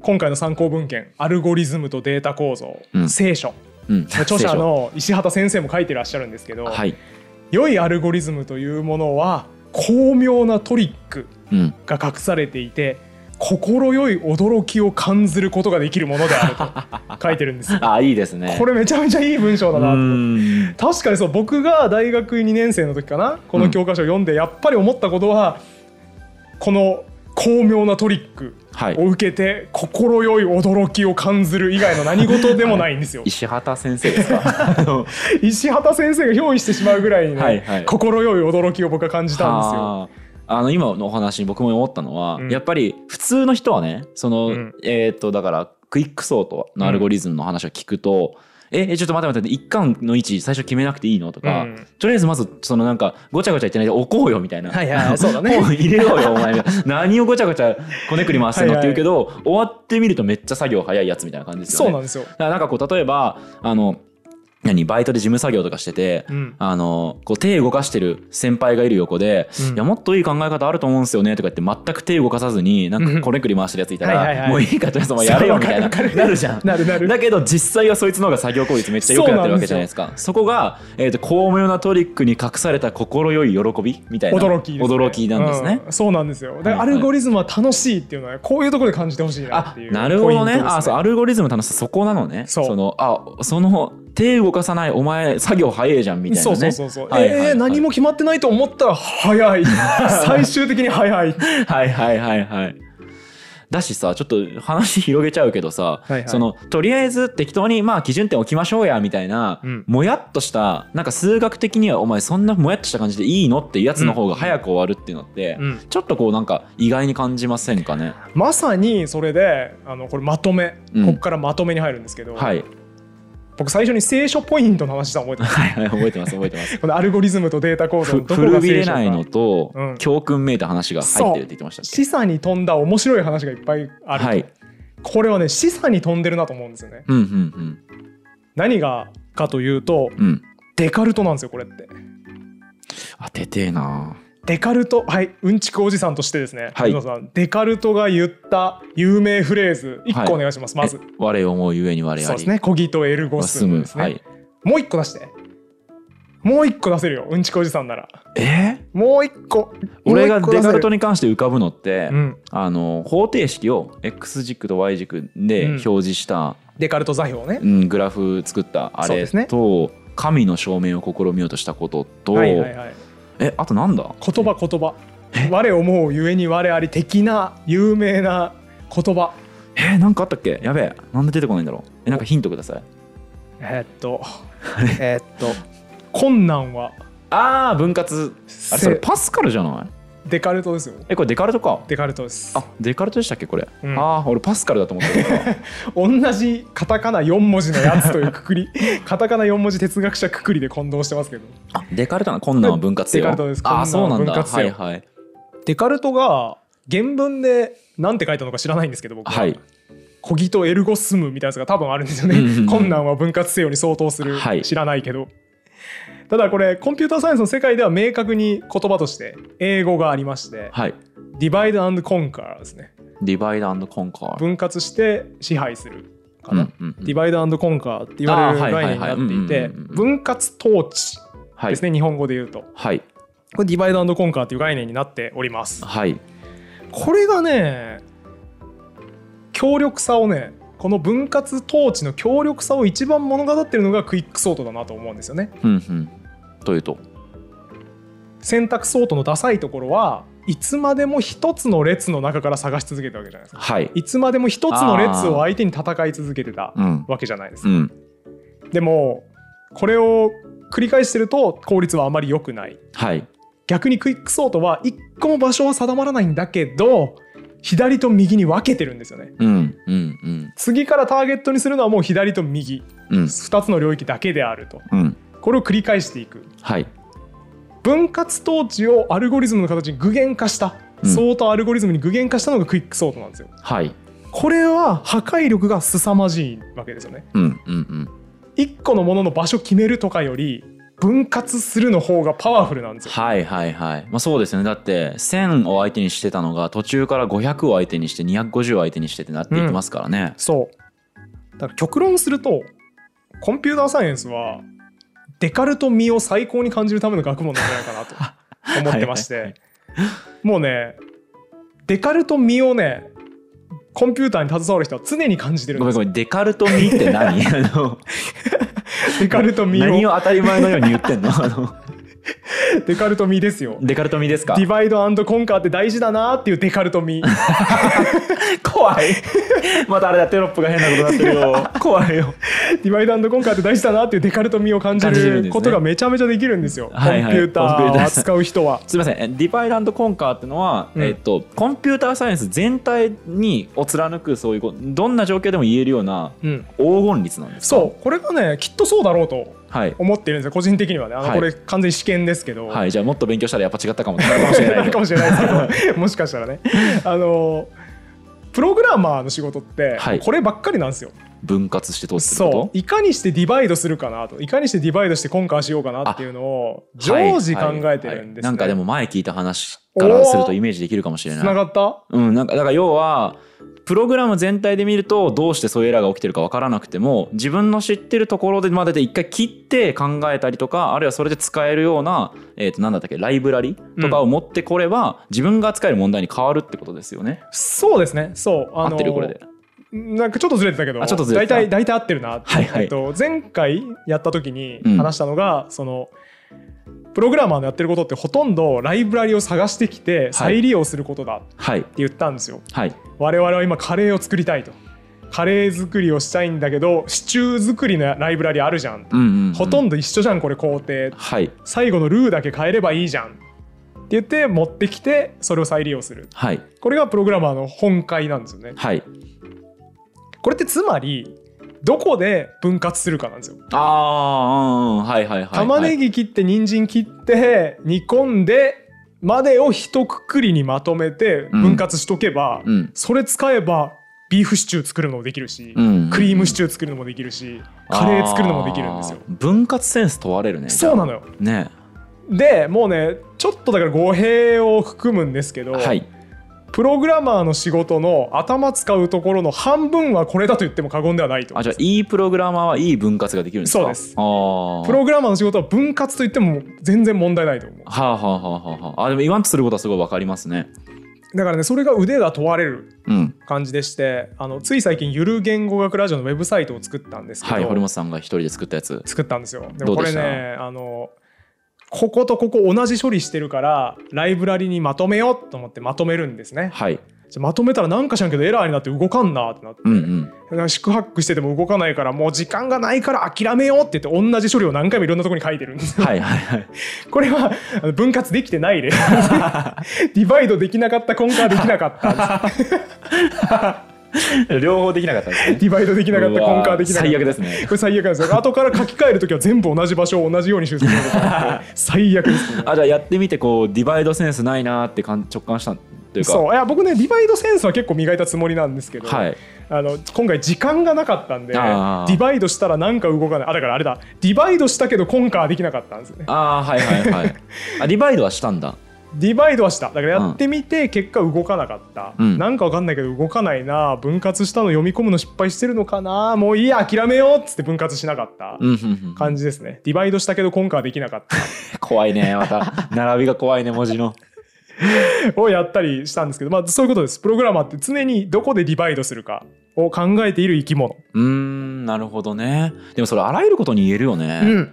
Speaker 1: 今回の参考文献「アルゴリズムとデータ構造、
Speaker 2: うん
Speaker 1: 聖 書
Speaker 2: うん。」
Speaker 1: 著者の石畑先生も書いてらっしゃるんですけど、
Speaker 2: はい。
Speaker 1: 良いアルゴリズムというものは巧妙なトリック
Speaker 2: うん。。
Speaker 1: が隠されていて心よい驚きを感ずることができるものであると書いてるんですよ
Speaker 2: あーいいですね。
Speaker 1: これめちゃめちゃいい文章だなと
Speaker 2: う
Speaker 1: 思って
Speaker 2: ーん
Speaker 1: 確かにそう僕が大学2年生の時かなこの教科書を読んでやっぱり思ったことは、この巧妙なトリック
Speaker 2: はい
Speaker 1: を受けて心よい驚きを感ずる以外の何事でもないんですよ
Speaker 2: 石畑先生ですか あの
Speaker 1: 石畑先生が憑依してしまうぐらいにね、
Speaker 2: はいはい
Speaker 1: 心よい驚きを僕は感じたんですよ
Speaker 2: はああの今のお話に僕も思ったのは、
Speaker 1: うん
Speaker 2: やっぱり普通の人はねその、
Speaker 1: うん
Speaker 2: えーっとだからクイックソートのアルゴリズムの話を聞くと、ええちょっと待って待って一巻の位置最初決めなくていいのとか、
Speaker 1: うん
Speaker 2: とりあえずまずそのなんかごちゃごちゃ言ってないで置こうよみたいな、
Speaker 1: はいはい そうだね
Speaker 2: もう入れようよお 前みたいな何をごちゃごちゃこねくり回してんのって言うけど終わってみるとめっちゃ作業早いやつみたいな感じです
Speaker 1: そ
Speaker 2: よね。
Speaker 1: うなんですよ、
Speaker 2: だからなんかこう例えばあの何バイトで事務作業とかしてて、
Speaker 1: うん
Speaker 2: あのこう手動かしてる先輩がいる横で、
Speaker 1: うん
Speaker 2: いやもっといい考え方あると思うんですよねとか言って全く手動かさずになん
Speaker 1: う
Speaker 2: か
Speaker 1: ん
Speaker 2: こねくり回してるやついたら、
Speaker 1: はいはいはい
Speaker 2: もういいからとりあえずお前やれよみたいな
Speaker 1: わかるわかる
Speaker 2: なるじゃん。
Speaker 1: なるなる
Speaker 2: だけど実際はそいつの方が作業効率めっちゃ良くなってるわけじゃないですかそこが、えー、と巧妙なトリックに隠された心よい喜びみたいな
Speaker 1: 驚きです、ね、
Speaker 2: 驚きなんですね、
Speaker 1: うんそうなんですよだから
Speaker 2: はいは
Speaker 1: ア
Speaker 2: い
Speaker 1: ルゴリズムは楽しいっていうのはこういうところで感じてほしいなっ
Speaker 2: あ
Speaker 1: ていう
Speaker 2: なるほど
Speaker 1: ポイ
Speaker 2: ね
Speaker 1: ントです
Speaker 2: あそうアルゴリズム楽しさそこなのね
Speaker 1: そう
Speaker 2: のあその手動かさないお前作業早いじゃんみたいな、
Speaker 1: そ
Speaker 2: ね、
Speaker 1: うそうそうそう、
Speaker 2: はいはいはい
Speaker 1: えー何も決まってないと思ったら早 い最終的に早い
Speaker 2: はいはいはいはいだしさちょっと話広げちゃうけどさ、
Speaker 1: はいはい
Speaker 2: そのとりあえず適当にまあ基準点置きましょうやみたいな、
Speaker 1: うん
Speaker 2: もやっとしたなんか数学的にはお前そんなもやっとした感じでいいのっていうやつの方が早く終わるっていうのって、
Speaker 1: うん
Speaker 2: ちょっとこうなんか意外に感じませんかね、
Speaker 1: まさにそれであのこれまとめ、
Speaker 2: うん
Speaker 1: ここからまとめに入るんですけど、
Speaker 2: はい、
Speaker 1: 僕最初に聖書ポイントの話したの覚えてます
Speaker 2: はいはい覚えてます覚えて ます
Speaker 1: このアルゴリズムとデータ構造
Speaker 2: ふ
Speaker 1: のどこ
Speaker 2: 古
Speaker 1: が
Speaker 2: び
Speaker 1: 聖
Speaker 2: れ
Speaker 1: 書
Speaker 2: ないの
Speaker 1: か
Speaker 2: と、
Speaker 1: うん
Speaker 2: 教訓めいた話が入ってるって言ってましたっけ
Speaker 1: 示唆に飛んだ面白い話がいっぱいある、
Speaker 2: はい
Speaker 1: これはね示唆に飛んでるなと思うんですよね
Speaker 2: うんうん
Speaker 1: 何がかというと
Speaker 2: うんうん
Speaker 1: デカルトなんですよこれって
Speaker 2: あててえな
Speaker 1: デカルトはいうんちくおじさんとしてですね、
Speaker 2: はい
Speaker 1: 水野さんデカルトが言った有名フレーズ1個お願いします、まず
Speaker 2: え我思うゆえに我あり
Speaker 1: そうですね。コギとエルゴスムですね。
Speaker 2: はい、
Speaker 1: もう一個出して。もう一個出せるよ。うんちくおじさんなら。
Speaker 2: えー
Speaker 1: もう一個。
Speaker 2: 俺が
Speaker 1: もう一個
Speaker 2: デ
Speaker 1: 出せ
Speaker 2: カ
Speaker 1: る
Speaker 2: ルトに関して浮かぶのって、
Speaker 1: うん。
Speaker 2: あの方程式を X 軸と Y 軸で表示した、
Speaker 1: デカルト座標ね
Speaker 2: う。んグラフ作ったあ
Speaker 1: そう
Speaker 2: れ
Speaker 1: ですね
Speaker 2: と、神の証明を試みようとしたことと、
Speaker 1: はいはいはい。
Speaker 2: えあとなんだ
Speaker 1: 言葉言葉。我思うゆえに我あり的な有名な言葉。
Speaker 2: えなんかあったっけやべえなんで出てこないんだろうえなんかヒントください
Speaker 1: えーっと。えーっと。困難は
Speaker 2: あー分割あれそ
Speaker 1: せ
Speaker 2: れパスカルじゃない
Speaker 1: デカルトですよ
Speaker 2: えこれデカルトか
Speaker 1: デカルトです
Speaker 2: あデカルトでしたっけこれ、
Speaker 1: うん
Speaker 2: ああ俺パスカルだと思ってた
Speaker 1: 同じカタカナ4文字のやつというくくり カタカナ4文字哲学者くくりで混同してますけど
Speaker 2: あデカルトなこんなんは分割よ
Speaker 1: デカルトです
Speaker 2: ああそうなんだ
Speaker 1: こんなんは分割
Speaker 2: は
Speaker 1: よ
Speaker 2: いはい
Speaker 1: デカルトが原文で何て書いたのか知らないんですけど僕
Speaker 2: はい
Speaker 1: コギとエルゴスムみたいなやつが多分あるんですよね、
Speaker 2: うんうんうん
Speaker 1: 困難は分割せよに相当する、
Speaker 2: はい
Speaker 1: 知らないけどただこれコンピューターサイエンスの世界では明確に言葉として英語がありまして、
Speaker 2: はい
Speaker 1: ディバイドアンドコンカーですね
Speaker 2: ディバイドコンカー
Speaker 1: 分割して支配するか
Speaker 2: うん
Speaker 1: な、
Speaker 2: うんうん
Speaker 1: ディバイドアンドコンカーって言われる
Speaker 2: あーはいはい
Speaker 1: 概
Speaker 2: はい
Speaker 1: 念になっていて
Speaker 2: うんうんうんうん
Speaker 1: 分割統治
Speaker 2: は
Speaker 1: で
Speaker 2: い
Speaker 1: すね、日本語で言うと
Speaker 2: はい
Speaker 1: これディバイドアンドコンカーっていう概念になっております
Speaker 2: はい
Speaker 1: これがね強力さをねこの分割統治の強力さを一番物語ってるのがクイックソートだなと思うんですよね
Speaker 2: うんうんというと
Speaker 1: 選択ソートのダサいところはいつまでも一つの列の中から探し続けたわけじゃないですか
Speaker 2: はい
Speaker 1: いつまでも一つの列を相手に戦い続けてた
Speaker 2: うん
Speaker 1: わけじゃないです
Speaker 2: う
Speaker 1: か、
Speaker 2: ん
Speaker 1: でもこれを繰り返してると効率はあまり良くない
Speaker 2: はい
Speaker 1: 逆にクイックソートは一個も場所は定まらないんだけど左と右に分けてるんですよね
Speaker 2: うんうんうん
Speaker 1: 次からターゲットにするのはもう左と右
Speaker 2: うん
Speaker 1: 2つの領域だけであると
Speaker 2: うん
Speaker 1: これを繰り返していく
Speaker 2: はい
Speaker 1: 分割統治をアルゴリズムの形に具現化した、
Speaker 2: うん
Speaker 1: ソートアルゴリズムに具現化したのがクイックソートなんですよ
Speaker 2: はい
Speaker 1: これは破壊力が凄まじいわけですよね
Speaker 2: うんうんうん
Speaker 1: 1個のものの場所決めるとかより分割するの方がパワフルなんですよ
Speaker 2: はいはいはい、まあ、そうですよねだって1000を相手にしてたのが途中から500を相手にして250を相手にしてってなっていってますからね、
Speaker 1: そうだから極論するとコンピューターサイエンスはデカルト味を最高に感じるための学問なんじゃないかなと 思ってまして
Speaker 2: はいはい
Speaker 1: もうねデカルト味をねコンピューターに携わる人は常に感じてる
Speaker 2: ご
Speaker 1: んで
Speaker 2: めん
Speaker 1: す
Speaker 2: ご
Speaker 1: よ
Speaker 2: めんデカルトミって 何あの
Speaker 1: デカルト味
Speaker 2: 何
Speaker 1: を
Speaker 2: を当たり前のように 言ってんのあの
Speaker 1: デカルト味ですよ
Speaker 2: デカルトミですか
Speaker 1: ディバイドコンカーって大事だなっていうデカルト味
Speaker 2: 怖 いまたあれだテロップが変なことになってるよ怖いよ
Speaker 1: ディバイドコンカーって大事だなっていうデカルト味を感じ
Speaker 2: 感じるんで
Speaker 1: る
Speaker 2: すね
Speaker 1: ことがめちゃめちゃできるんですよ、
Speaker 2: はいは
Speaker 1: コン
Speaker 2: い
Speaker 1: ピュータ
Speaker 2: コンピュ
Speaker 1: ー
Speaker 2: ータ
Speaker 1: を
Speaker 2: ー
Speaker 1: 扱う人は
Speaker 2: すいませんえディバイランドコンカーってのは、
Speaker 1: うん
Speaker 2: えっとコンピューターサイエンス全体にを貫くそういうこうどんな状況でも言えるような
Speaker 1: うん
Speaker 2: 黄金率なんですか
Speaker 1: そうこれがねきっとそうだろうと
Speaker 2: はい
Speaker 1: 思ってるんですよ個人的にはねあの、
Speaker 2: はい
Speaker 1: これ完全に試験ですけど、
Speaker 2: はいじゃあもっと勉強したらやっぱ違ったかもなるかもしれな
Speaker 1: ない る
Speaker 2: け
Speaker 1: か
Speaker 2: ど
Speaker 1: もしれないです けどもしかしたらねあのプログラマーの仕事って
Speaker 2: はい
Speaker 1: こればっかりなんですよ、
Speaker 2: 分割して通すってこ
Speaker 1: そういかにしてディバイドするかなといかにしてディバイドしてコンカーしようかなっていうのを
Speaker 2: と
Speaker 1: 常時考えてるんですね、
Speaker 2: はいはいなんかでも前聞いた話からするとイメージできるかもしれ
Speaker 1: つ
Speaker 2: ない
Speaker 1: ながった
Speaker 2: うん、なんかだから要はプログラム全体で見るとどうしてそういうエラーが起きてるかわからなくても自分の知ってるところでまでで一回切って考えたりとかあるいはそれで使えるような、えー、となんだったっけライブラリとかを持ってこれば、自分が使える問題に変わるってことですよね。
Speaker 1: そうですねそうあ
Speaker 2: 合ってるこれで。
Speaker 1: なんかちょっとずれてたけど
Speaker 2: あちょっとずれてた
Speaker 1: 大体大体合ってるなって、
Speaker 2: はいはい
Speaker 1: えっと、前回やった時に
Speaker 2: うん
Speaker 1: 話したのが、そのプログラマーのやってることってほとんどライブラリを探してきて再利用することだって
Speaker 2: はい
Speaker 1: 言ったんですよ、
Speaker 2: はい
Speaker 1: 我々は今カレーを作りたいとカレー作りをしたいんだけどシチュー作りのライブラリあるじゃん、
Speaker 2: うんうんうん、
Speaker 1: ほと
Speaker 2: ど
Speaker 1: んど一緒じゃんこれ工程
Speaker 2: はい
Speaker 1: 最後のルーだけ変えればいいじゃんって言って持ってきてそれを再利用する
Speaker 2: はい
Speaker 1: これがプログラマーの本懐なんですよね
Speaker 2: はい
Speaker 1: これってつまりどこで分割するかなんですよ、
Speaker 2: ああうんうんはいはいはい、はい、
Speaker 1: 玉ねぎ切って人参切って煮込んでまでを一括りにまとめて分割しとけば、
Speaker 2: うん
Speaker 1: それ使えばビーフシチュー作るのもできるし、
Speaker 2: うん
Speaker 1: クリームシチュー作るのもできるしカレー作るのもできるんですよ
Speaker 2: あー分割センス問われるね
Speaker 1: そうなの
Speaker 2: よ
Speaker 1: よ
Speaker 2: ね
Speaker 1: でもうねちょっとだから語弊を含むんですけど、
Speaker 2: はい
Speaker 1: プログラマーの仕事の頭使うところの半分はこれだと言っても過言ではないと
Speaker 2: あじゃあいいプログラマーはいい分割ができるんですか
Speaker 1: そうです
Speaker 2: あー
Speaker 1: プログラマーの仕事は分割と言っても全然問題ないと思う
Speaker 2: はあはあはあはあはああでも言わんとすることはすごいわかりますね
Speaker 1: だからねそれが腕が問われる
Speaker 2: うん
Speaker 1: 感じでしてあのつい最近ゆる言語学ラジオのウェブサイトを作ったんですけど、
Speaker 2: はい堀本さんが一人で作ったやつ
Speaker 1: 作ったんですよで
Speaker 2: ど
Speaker 1: も
Speaker 2: う
Speaker 1: こ
Speaker 2: で
Speaker 1: れ
Speaker 2: した
Speaker 1: ねあのこことここ同じ処理してるからライブラリにまとめようと思ってまとめるんですね
Speaker 2: はい
Speaker 1: じゃあまとめたらなんかしらんけどエラーになって動かんなってなって、
Speaker 2: うんうん
Speaker 1: なんか四苦八苦してても動かないからもう時間がないから諦めようって言って同じ処理を何回もいろんなところに書いてるんです
Speaker 2: はいはいはい
Speaker 1: これはあの分割できてない例 ディバイドできなかったコンカーできなかった
Speaker 2: 両方できなかったんですね。
Speaker 1: ディバイドできなかったコンカーできなかった
Speaker 2: 最悪ですね。
Speaker 1: これ最悪なんですよ後から書き換えるときは全部同じ場所を同じように修正することになって最悪ですね
Speaker 2: あじゃあやってみてこうディバイドセンスないなーって感直感したというか。
Speaker 1: そういや僕ねディバイドセンスは結構磨いたつもりなんですけど、
Speaker 2: はい。
Speaker 1: あの今回時間がなかったんでデ
Speaker 2: あー
Speaker 1: ィバイドしたらなんか動かないあだからあれだディバイドしたけどコンカーできなかったんですよね
Speaker 2: ああはいはいはい。あディバイドはしたんだ。
Speaker 1: ディバイドはしただからやってみて結果動かなかった、
Speaker 2: うん
Speaker 1: なんかわかんないけど動かないな分割したの読み込むの失敗してるのかなもういいや諦めようっつって分割しなかった
Speaker 2: うんうんうん。
Speaker 1: 感じですね、ディバイドしたけど今回はできなかった
Speaker 2: 怖いねまた並びが怖いね文字の。
Speaker 1: をやったりしたんですけどまあそういうことですプログラマーって常にどこでディバイドするかを考えている生き物、
Speaker 2: うーんなるほどね。でもそれあらゆることに言えるよね。
Speaker 1: うん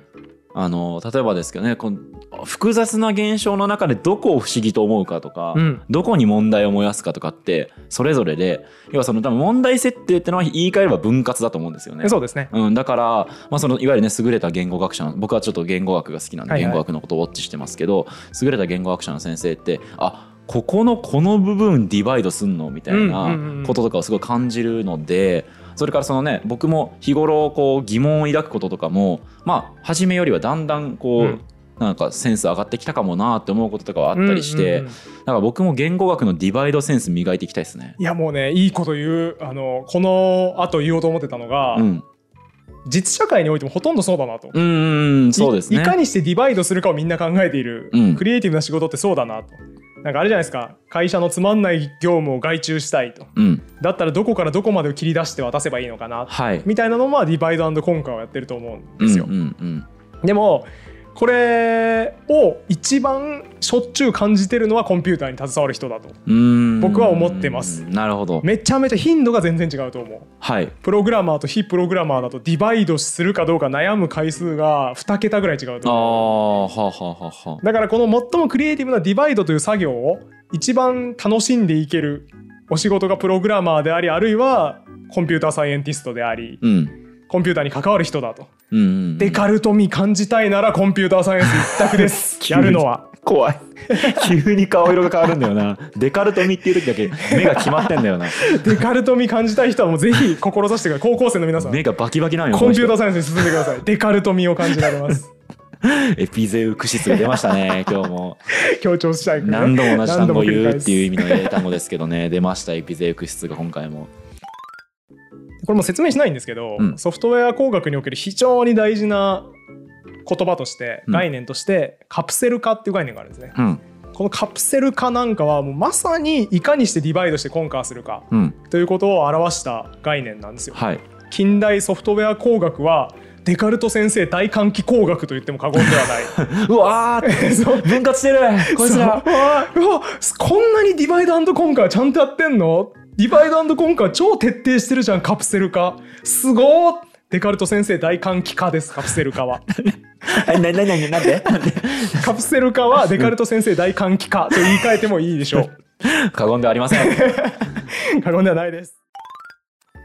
Speaker 2: あの例えばですけどねこの複雑な現象の中でどこを不思議と思うかとか、
Speaker 1: うん
Speaker 2: どこに問題を燃やすかとかってそれぞれで要はその多分問題設定ってのは言い換えれば分割だと思うんですよね。
Speaker 1: そうですね
Speaker 2: うん、だから、まあ、そのいわゆるね優れた言語学者の僕はちょっと言語学が好きなんで、
Speaker 1: はいはい
Speaker 2: 言語学のことをウォッチしてますけど優れた言語学者の先生ってあここのこの部分ディバイドすんのみたい
Speaker 1: うんうんうんうん
Speaker 2: なこととかをすごい感じるので、それからそのね僕も日頃こう疑問を抱くこととかもまあ初めよりはだんだんこう、
Speaker 1: うん
Speaker 2: なんかセンス上がってきたかもなって思うこととかはあ
Speaker 1: あ
Speaker 2: ったりして、だから僕も言語学のディバイドセンス磨いていきたいですね。
Speaker 1: いやもうねいいこと言うあのこのあと言おうと思ってたのが、
Speaker 2: うん、
Speaker 1: 実社会においてもほとんどそうだなと
Speaker 2: うんうんうんそうですね。
Speaker 1: いいかにしてディバイドするかをみんな考えている、
Speaker 2: うん
Speaker 1: クリエイティブな仕事ってそうだなとなんかあれじゃないですか会社のつまんない業務を外注したいと
Speaker 2: うん、
Speaker 1: だったらどこからどこまでを切り出して渡せばいいのかな
Speaker 2: はい。
Speaker 1: みたいなのもまあディバイドコンカーをやってると思うんですよ、
Speaker 2: うんうんうん
Speaker 1: でもこれを一番しょっちゅう感じてるのはコンピューターに携わる人だと
Speaker 2: うーん
Speaker 1: 僕は思ってます
Speaker 2: なるほど。
Speaker 1: めちゃめちゃ頻度が全然違うと思う
Speaker 2: はい。
Speaker 1: プログラマーと非プログラマーだとディバイドするかどうか悩む回数が2桁ぐらい違う
Speaker 2: あ
Speaker 1: と思う
Speaker 2: あ、はあはあはあはあ。
Speaker 1: だからこの最もクリエイティブなディバイドという作業を一番楽しんでいけるお仕事がプログラマーでありあるいはコンピューターサイエンティストであり
Speaker 2: うん。
Speaker 1: コンピューターに関わる人だと、
Speaker 2: うん、うん。
Speaker 1: デカルト味感じたいならコンピューターサイエンス一択です
Speaker 2: 急
Speaker 1: や
Speaker 2: に
Speaker 1: るのは
Speaker 2: 怖い。急に顔色が変わるんだよな。デカルト見っていう時だけ目が決まってんだよな。
Speaker 1: デカルト味感じたい人はもうぜひ志してください高校生の皆さん
Speaker 2: 目がバキバキなんよ。
Speaker 1: コンピュータ
Speaker 2: ー
Speaker 1: ーサイエンスに進んでくださいデカルト味を感じられます
Speaker 2: エピゼウクシスが出ましたね、今 日も。
Speaker 1: 強調したい
Speaker 2: 何度も同じ単語を言うっていう意
Speaker 1: 味
Speaker 2: 味の英単語ですけどね、出ました、エピゼウクシスが今回も。
Speaker 1: これも説明しないんですけど、
Speaker 2: うん
Speaker 1: ソフトウェア工学における非常に大事な言葉として、
Speaker 2: うん
Speaker 1: 概念としてカプセル化っていう概念があるんですね
Speaker 2: うん。
Speaker 1: このカプセル化なんかはもうまさにいかにしてディバイドしてコンカーするか
Speaker 2: うん。
Speaker 1: ということを表した概念なんですよ
Speaker 2: はい。
Speaker 1: 近代ソフトウェア工学はデカルト先生大換気工学と言っても過言で はな
Speaker 2: うわ
Speaker 1: い
Speaker 2: ー
Speaker 1: そう
Speaker 2: 分割してるこいつら
Speaker 1: そううわうわこんなにディバイドコンカーちゃんとやってんのディバイドコンカー超徹底してるじゃんカプセル化すごーデカルト先生大換気化ですカプセル化は
Speaker 2: えなななななんでなんで
Speaker 1: カプセル化はデカルト先生大換気化と言い換えてもいいでしょ
Speaker 2: 過言ではありません。
Speaker 1: う過言ではないです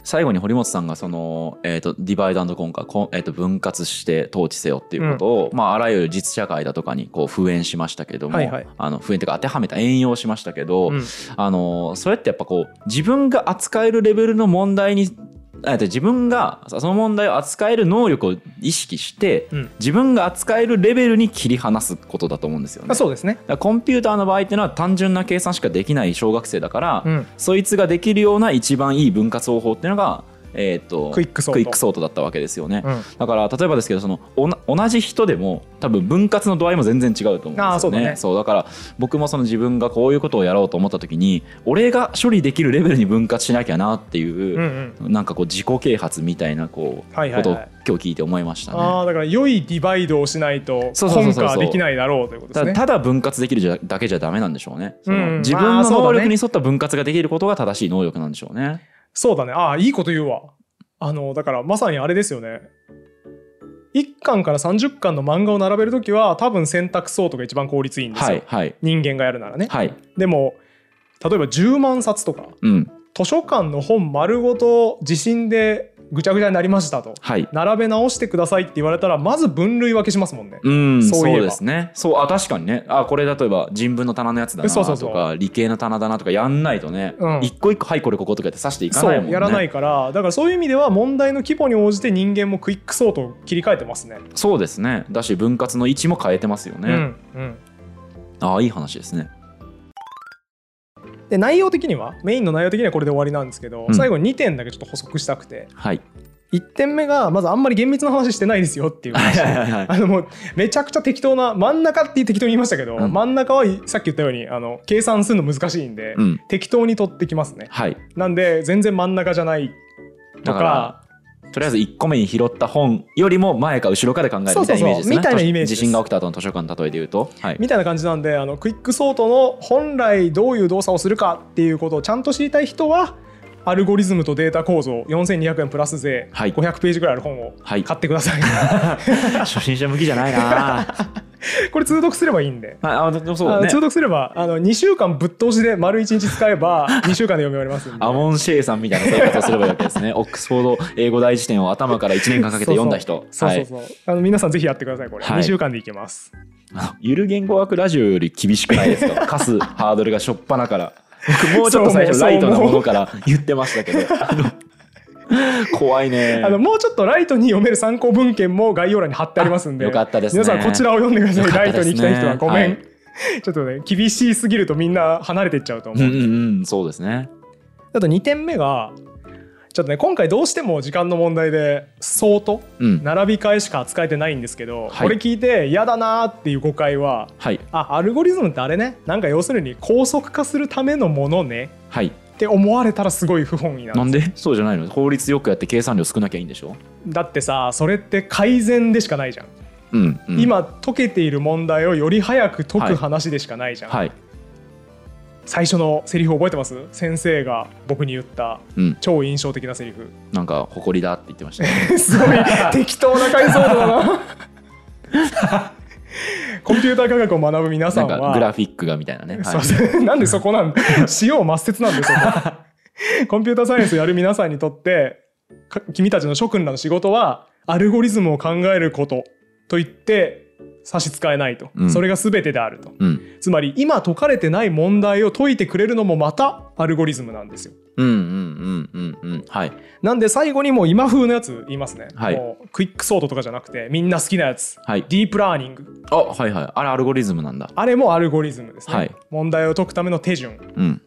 Speaker 2: 最後に堀本さんがその、えー、とディバイドコンカーこんえー、と分割して統治せよっていうことを、まあ、あらゆる実社会だとかにこう敷衍しましたけども、
Speaker 1: はいはい
Speaker 2: あの敷衍というか当てはめた援用しましたけど、
Speaker 1: うん
Speaker 2: あのそれってやっぱこう自分が扱えるレベルの問題にえーと自分がその問題を扱える能力を意識して、
Speaker 1: うん
Speaker 2: 自分が扱えるレベルに切り離すことだと思うんですよね。
Speaker 1: あそうですね
Speaker 2: だからコンピューターの場合っていうのは単純な計算しかできない小学生だから、
Speaker 1: うん
Speaker 2: そいつができるような一番いい分割方法っていうのが、えー、と
Speaker 1: クイックソート
Speaker 2: だったわけですよね、
Speaker 1: うん
Speaker 2: だから例えばですけどそのおな同じ人でも多分分割の度合いも全然違うと思うんですよ
Speaker 1: あ
Speaker 2: ね
Speaker 1: ーそうだね
Speaker 2: だから僕もその自分がこういうことをやろうと思った時に俺が処理できるレベルに分割しなきゃなっていう
Speaker 1: うんう、ん
Speaker 2: なんかこう自己啓発みたいなこう、
Speaker 1: はいはいはい
Speaker 2: ことを今日聞いて思いましたね。
Speaker 1: あーだから良いディバイドをしないと
Speaker 2: そうそ
Speaker 1: コ
Speaker 2: うそう
Speaker 1: ン
Speaker 2: そう
Speaker 1: カ
Speaker 2: そう
Speaker 1: ーできないだろうということです
Speaker 2: た
Speaker 1: ね
Speaker 2: だただ分割できるじゃだけじゃダメなんでしょうね。その
Speaker 1: うん
Speaker 2: 自分の
Speaker 1: まあそうだね
Speaker 2: 能力に沿った分割ができることが正しい能力なんでしょうね。
Speaker 1: そうだね。ああ、いいこと言うわ。あの、だからまさにあれですよね。1巻から30巻の漫画を並べるときは、多分選択ソートが一番効率いいんですよ。
Speaker 2: はいはい
Speaker 1: 人間がやるならね。
Speaker 2: はい。
Speaker 1: でも、例えば10万冊とか
Speaker 2: うん
Speaker 1: 図書館の本丸ごと地震でぐちゃぐちゃになりましたと
Speaker 2: はい
Speaker 1: 並べ直してくださいって言われたらまず分類分けしますもんね。
Speaker 2: うんそ
Speaker 1: そうういえば
Speaker 2: ですねそうあ確かにねあこれ例えば人文の棚のやつだなとか
Speaker 1: そうそうそう
Speaker 2: 理系の棚だなとかやんないとね、
Speaker 1: うん
Speaker 2: 一個一個はいこれこことかやって刺していか
Speaker 1: そ
Speaker 2: ないもん
Speaker 1: う
Speaker 2: ね
Speaker 1: やらないからだからそういう意味では問題の規模に応じて人間もクイックソートを切り替えてますね。
Speaker 2: そうですねだし分割の位置も変えてますよ
Speaker 1: う
Speaker 2: ね、
Speaker 1: んうん、
Speaker 2: ああいい話ですね
Speaker 1: で内容的にはメインの内容的にはこれで終わりなんですけど、
Speaker 2: うん
Speaker 1: 最後に2点だけちょっと補足したくて
Speaker 2: はい
Speaker 1: 1点目がまずあんまり厳密な話してないですよっていう
Speaker 2: はい
Speaker 1: 話
Speaker 2: はいはいはい
Speaker 1: あのもうめちゃくちゃ適当な真ん中って適当に言いましたけど、
Speaker 2: うん
Speaker 1: 真ん中はいさっき言ったようにあの計算するの難しいんで、
Speaker 2: うん
Speaker 1: 適当に取ってきますね
Speaker 2: はい
Speaker 1: なんで全然真ん中じゃないと
Speaker 2: だから
Speaker 1: か
Speaker 2: とりあえず1個目に拾った本よりも前か後ろかで考えるみたいなイメー
Speaker 1: そう
Speaker 2: ジですね
Speaker 1: そうそうみたいなイメージです
Speaker 2: 地震が起きた後の図書館の例えで言うと、はい、
Speaker 1: みたいな感じなんであのクイックソートの本来どういう動作をするかっていうことをちゃんと知りたい人はアルゴリズムとデータ構造4200円プラス税、
Speaker 2: はい
Speaker 1: 500ページぐらいある本を
Speaker 2: は
Speaker 1: 買
Speaker 2: い
Speaker 1: ってください、
Speaker 2: 初心者向きじゃ ないな
Speaker 1: これ通読すればいいんで。
Speaker 2: ああでもそ
Speaker 1: あ
Speaker 2: う
Speaker 1: の
Speaker 2: ね
Speaker 1: 通読すればあの2週間ぶっ通しで丸1日使え ば2週間で読み終わりますんで
Speaker 2: アモン・シェイさんみたいな生活をすればいいわ けですねオックスフォード英語大辞典を頭から1年間かけて読んだ人
Speaker 1: そう
Speaker 2: は
Speaker 1: そ
Speaker 2: いう
Speaker 1: そうそう、あの皆さんぜひやってくださいこれ、
Speaker 2: は
Speaker 1: 2
Speaker 2: い
Speaker 1: 週間でいけます
Speaker 2: あのゆる言語学ラジオより厳しくないですか貸すハードルがしょっぱなから僕もうちょっと最初
Speaker 1: そう
Speaker 2: ラ
Speaker 1: 思
Speaker 2: イ
Speaker 1: う
Speaker 2: トなものから言ってましたけどあの 怖いね
Speaker 1: あのもうちょっとライトに読める参考文献も概要欄に貼ってありますんで
Speaker 2: よかったですね
Speaker 1: 皆さんこちらを読んでください、
Speaker 2: よかっ
Speaker 1: ラ
Speaker 2: た
Speaker 1: イ
Speaker 2: で
Speaker 1: トに行き
Speaker 2: すね
Speaker 1: たい人はごめん、
Speaker 2: はい
Speaker 1: ちょっとね厳しすぎるとみんな離れていっちゃうと
Speaker 2: う
Speaker 1: 思
Speaker 2: ん
Speaker 1: う、
Speaker 2: うんうんそうですね
Speaker 1: あと2点目がちょっとね今回どうしても時間の問題で相当
Speaker 2: うん
Speaker 1: 並び替えしか扱えてないんですけど、
Speaker 2: はい
Speaker 1: これ聞いて嫌だなーっていう誤解は
Speaker 2: はい
Speaker 1: あアルゴリズムってあれねなんか要するに高速化するためのものね
Speaker 2: はい
Speaker 1: って思われたらすごい不本意なんです
Speaker 2: なんでそうじゃないの効率よくやって計算量少なきゃいいんでしょ
Speaker 1: だってさそれって改善でしかないじゃん、
Speaker 2: うん、うん、
Speaker 1: 今解けている問題をより早く解
Speaker 2: はい
Speaker 1: く話でしかないじゃん、
Speaker 2: はい
Speaker 1: 最初のセリフ覚えてます先生が僕に言った
Speaker 2: うん
Speaker 1: 超印象的なセリフ
Speaker 2: なんか誇りだって言ってましたね
Speaker 1: すごい適当な解像度だな コンピューター科学を学ぶ皆さ
Speaker 2: なんん
Speaker 1: は
Speaker 2: かグラフィックがみたいなね、はい
Speaker 1: そうそうなんでそこなんだ塩を抹殺なんでそこ コンピューターサイエンスをやる皆さんにとってか君たちの諸君らの仕事はアルゴリズムを考えることと言って差し支えないと、
Speaker 2: うん
Speaker 1: それが全てであると
Speaker 2: うん、
Speaker 1: つまり今解かれてない問題を解いてくれるのもまたアルゴリズムなんですよ
Speaker 2: うんうんうんうんうんはい
Speaker 1: なんで最後にもう今風のやつ言いますね、
Speaker 2: はい
Speaker 1: もうクイックソートとかじゃなくてみんな好きなやつ
Speaker 2: はい
Speaker 1: ディープラーニング
Speaker 2: あはいはいあれアルゴリズムなんだ
Speaker 1: あれもアルゴリズムですね、
Speaker 2: はい
Speaker 1: 問題を解くための手順
Speaker 2: うん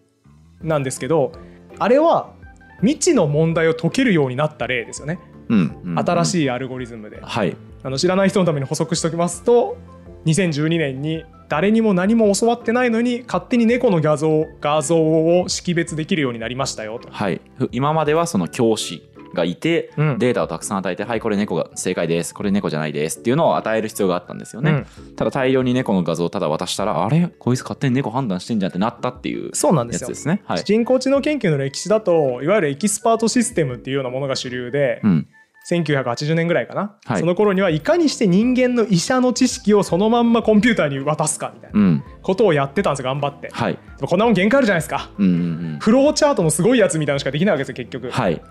Speaker 1: なんですけどあれは未知の問題を解けるようになった例ですよね、
Speaker 2: うん、うん、
Speaker 1: 新
Speaker 2: い
Speaker 1: しいアルゴリズムで
Speaker 2: はい
Speaker 1: あの知らない人のために補足しておきますと2012年に誰にも何も教わってないのに勝手に猫の画像画像を識別できるようになりましたよと。
Speaker 2: はい、ふ今まではその教師がいて、
Speaker 1: うん
Speaker 2: データをたくさん与えて「はいこれ猫が正解ですこれ猫じゃないです」っていうのを与える必要があったんですよね、ただ大量に猫の画像をただ渡したら「あれこいつ勝手に猫判断してんじゃん」ってなったっていう
Speaker 1: そうなんで
Speaker 2: や
Speaker 1: すよ
Speaker 2: つですねはい、
Speaker 1: 人工知能研究の歴史だといわゆるエキスパートシステムっていうようなものが主流で、
Speaker 2: うん、
Speaker 1: 1980年ぐらいかな、
Speaker 2: はい
Speaker 1: その頃にはいかにして人間の医者の知識をそのまんまコンピューターに渡すかみたいな
Speaker 2: うん、
Speaker 1: ことをやってたんですよ頑張って、
Speaker 2: はい
Speaker 1: でもこんなもん限界あるじゃないですか
Speaker 2: うんうんうん
Speaker 1: フローチャートのすごいやつみたいなのしかできないわけですよ結局、
Speaker 2: はい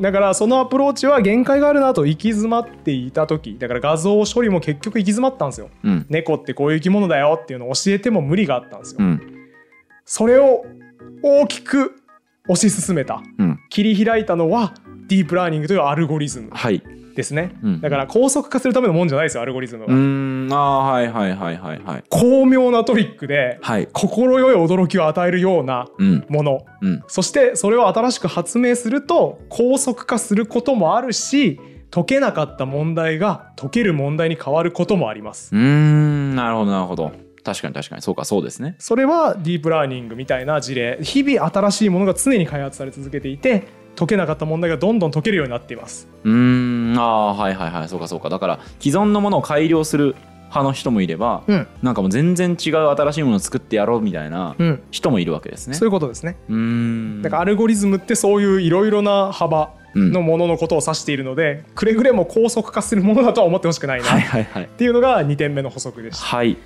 Speaker 1: だからそのアプローチは限界があるなと行き詰まっていた時だから画像処理も結局行き詰まったんですよ
Speaker 2: うん
Speaker 1: 猫ってこういう生き物だよっていうのを教えても無理があったんですよ、
Speaker 2: うん
Speaker 1: それを大きく推し進めた
Speaker 2: うん
Speaker 1: 切り開いたのはディープラーニングというアルゴリズム
Speaker 2: はい
Speaker 1: ですね、
Speaker 2: うん
Speaker 1: だから高速化するためのもんじゃないですよアルゴリズムは、
Speaker 2: うーんああはいはいはいはいはい
Speaker 1: 巧妙なトリックで
Speaker 2: はい
Speaker 1: 心よい驚きを与えるような
Speaker 2: うん
Speaker 1: もの
Speaker 2: うん
Speaker 1: そしてそれを新しく発明すると高速化することもあるし解けなかった問題が解ける問題に変わることもあります
Speaker 2: うーんなるほどなるほど確かに確かにそうかそうですね
Speaker 1: それはディープラーニングみたいな事例日々新しいものが常に開発され続けていて解けなかった問題がどんどん解けるようになっています
Speaker 2: うーんああーはいはいはいそうかそうかだから既存のものを改良する派の人もいれば、
Speaker 1: うん
Speaker 2: なんかもう全然違う新しいものを作ってやろうみたいな
Speaker 1: うん
Speaker 2: 人もいるわけですね
Speaker 1: そういうことですね
Speaker 2: うーん
Speaker 1: だからアルゴリズムってそういういろいろな幅
Speaker 2: うん
Speaker 1: のもののことを指しているのでくれぐれも高速化するものだとは思ってほしくないな
Speaker 2: はい
Speaker 1: っ
Speaker 2: はいはい
Speaker 1: ていうのが2点目の補足でした
Speaker 2: はい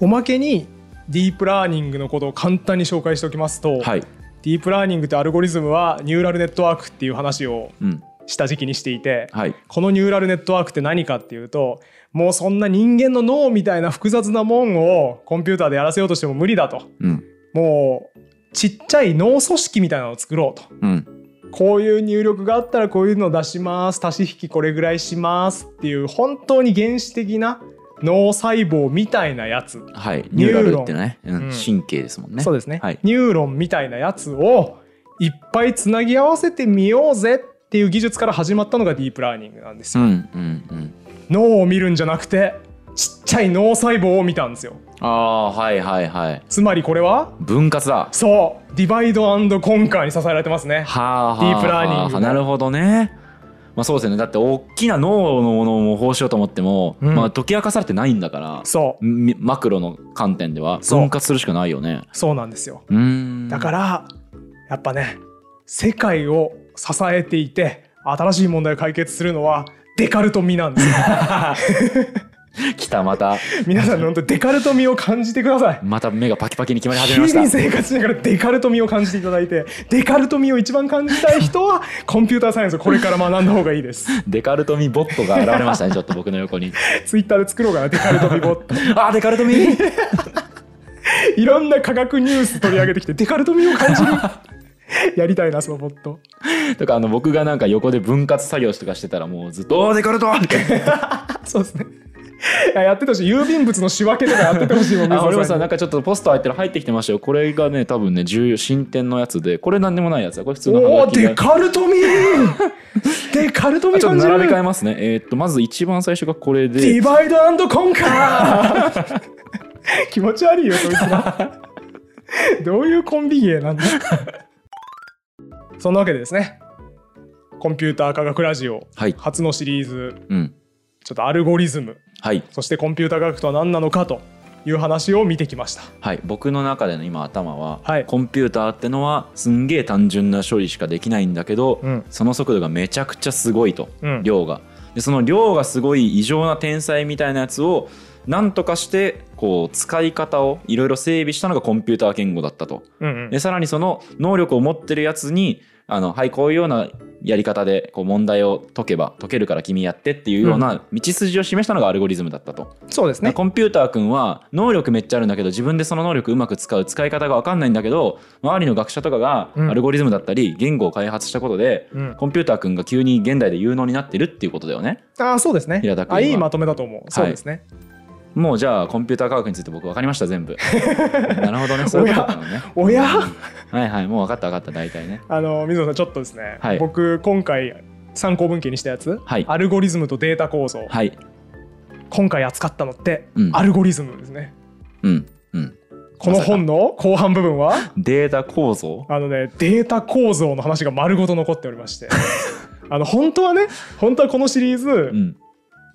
Speaker 1: おまけにディープラーニングのことを簡単に紹介しておきますと、
Speaker 2: はい、
Speaker 1: ディープラーニングってアルゴリズムはニューラルネットワークっていう話を
Speaker 2: うん、
Speaker 1: した時期にしていて、
Speaker 2: はい、
Speaker 1: このニューラルネットワークって何かっていうともうそんな人間の脳みたいな複雑なもんをコンピューターでやらせようとしても無理だと
Speaker 2: うん、
Speaker 1: もうちっちゃい脳組織みたいなのを作ろうと
Speaker 2: うん、
Speaker 1: こういう入力があったらこういうの出します足し引きこれぐらいしますっていう本当に原始的な脳細胞みたいなやつ、
Speaker 2: はい、
Speaker 1: ニ
Speaker 2: ニ
Speaker 1: ュー
Speaker 2: ュー
Speaker 1: ロ
Speaker 2: ラ
Speaker 1: ン
Speaker 2: ルってね、う、
Speaker 1: うんん
Speaker 2: 神経ですもんね。
Speaker 1: そうですね、
Speaker 2: はい、
Speaker 1: ニューロンみたいなやつをいっぱいつなぎ合わせてみようぜっていう技術から始まったのがディープラーニングなんです
Speaker 2: う
Speaker 1: よ、
Speaker 2: ん、うん、うん。
Speaker 1: 脳を見るんじゃなくてちっちゃい脳細胞を見たんですよ
Speaker 2: ああ、はい、はい、はい。
Speaker 1: つまりこれは
Speaker 2: 分割だ。は
Speaker 1: そうディバイドコンカーに支えられてますね
Speaker 2: あ、はあ、
Speaker 1: ディープラーニングが
Speaker 2: はあなるほどね。まあ、そうですよね。だって、大きな脳のものを報しようと思っても、
Speaker 1: うん
Speaker 2: まあ、解き明かされてないんだから。
Speaker 1: そう
Speaker 2: みマクロの観点では、
Speaker 1: そう
Speaker 2: 分割するしかないよね。
Speaker 1: そうなんですよ
Speaker 2: うーん。
Speaker 1: だからやっぱね世界を支えていて新しい問題を解決するのはデカルト味 なんですよ
Speaker 2: 来た、また、
Speaker 1: 皆さん本当デカルト味を感じてください
Speaker 2: また目がパキパキに決まり始
Speaker 1: 日
Speaker 2: めまし
Speaker 1: 々
Speaker 2: た。
Speaker 1: 生活しながらデカルト味を感じていただいてデカルト味を一番感じたい人はコンピューターサイエンスをこれから学んだ方がいいです
Speaker 2: デカルトミボットが現れましたね、ちょっと僕の横に。
Speaker 1: ツイッターで作ろうかなデカル ト味ボット
Speaker 2: あー、デカルトミ
Speaker 1: いろんな科学ニュース取り上げてきてデカルト味を感じる やりたいなそのボット
Speaker 2: とかあの僕がなんか横で分割作業とかしてたらもうずっと「おーデカルト!」みたいな
Speaker 1: そうですねいややっててほしい郵便物の仕分けとかやっててほしいもん
Speaker 2: あ俺もさな
Speaker 1: ね
Speaker 2: んかちょっとポスト入ってる入ってきてましたよこれがね多分ね重要進展のやつでこれなんでもないやつだこれ普通の
Speaker 1: お
Speaker 2: ハ
Speaker 1: お
Speaker 2: ガキで
Speaker 1: デカルト味 デカルト
Speaker 2: あ
Speaker 1: 味
Speaker 2: ちょっ
Speaker 1: 感
Speaker 2: と
Speaker 1: じ
Speaker 2: 並べ替え
Speaker 1: る
Speaker 2: ますねえーっとまず一番最初がこれ
Speaker 1: デ
Speaker 2: で
Speaker 1: ィバイドコンカー気持ち悪いよそいつらどういうコンビ芸なんだそんなわけでですねコンピューター科学ラジオ
Speaker 2: はい
Speaker 1: 初のシリーズ
Speaker 2: うん
Speaker 1: ちょっとアルゴリズム
Speaker 2: はい
Speaker 1: そしてコンピュータ科学とは何なのかという話を見てきました。
Speaker 2: はい僕の中での今頭は、
Speaker 1: はい
Speaker 2: コンピューターってのはすんげえ単純な処理しかできないんだけど、
Speaker 1: うん
Speaker 2: その速度がめちゃくちゃすごいと、
Speaker 1: うん
Speaker 2: 量がでその量がすごい異常な天才みたいなやつをなんとかしてこう使い方をいろいろ整備したのがコンピューター言語だったと
Speaker 1: うん
Speaker 2: でさらにその能力を持ってるやつにあのはいこういうようなやり方でこう問題を解けば解けるから君やってっていうような道筋を示したのがアルゴリズムだったと、
Speaker 1: そうです
Speaker 2: ね、。コンピューター君は能力めっちゃあるんだけど自分でその能力うまく使う使い方が分かんないんだけど周りの学者とかが
Speaker 1: うん
Speaker 2: アルゴリズムだったり言語を開発したことで、
Speaker 1: うん
Speaker 2: コンピューター君が急に現代で有能になってるっていうことだよね
Speaker 1: ああ、そうですね
Speaker 2: 平田。君
Speaker 1: あ
Speaker 2: はい
Speaker 1: いまとめだと思う。そうですね。
Speaker 2: もうじゃあコンピューター科学について僕分かりまし た全部なるほどねそういうことだったのね
Speaker 1: おや
Speaker 2: うんはいはいもう分かった分かった大体ね
Speaker 1: あの水野さんちょっとですね。
Speaker 2: はい
Speaker 1: 僕今回参考文献にしたやつ、
Speaker 2: はい
Speaker 1: アルゴリズムとデータ構造。
Speaker 2: はい
Speaker 1: 今回扱ったのって、
Speaker 2: うん
Speaker 1: アルゴリズムですね。
Speaker 2: うんうん
Speaker 1: この本の後半部分は
Speaker 2: データ構造
Speaker 1: あのねデータ構造の話が丸ごと残っておりま して。あの本当はね本当はこのシリーズ、
Speaker 2: うん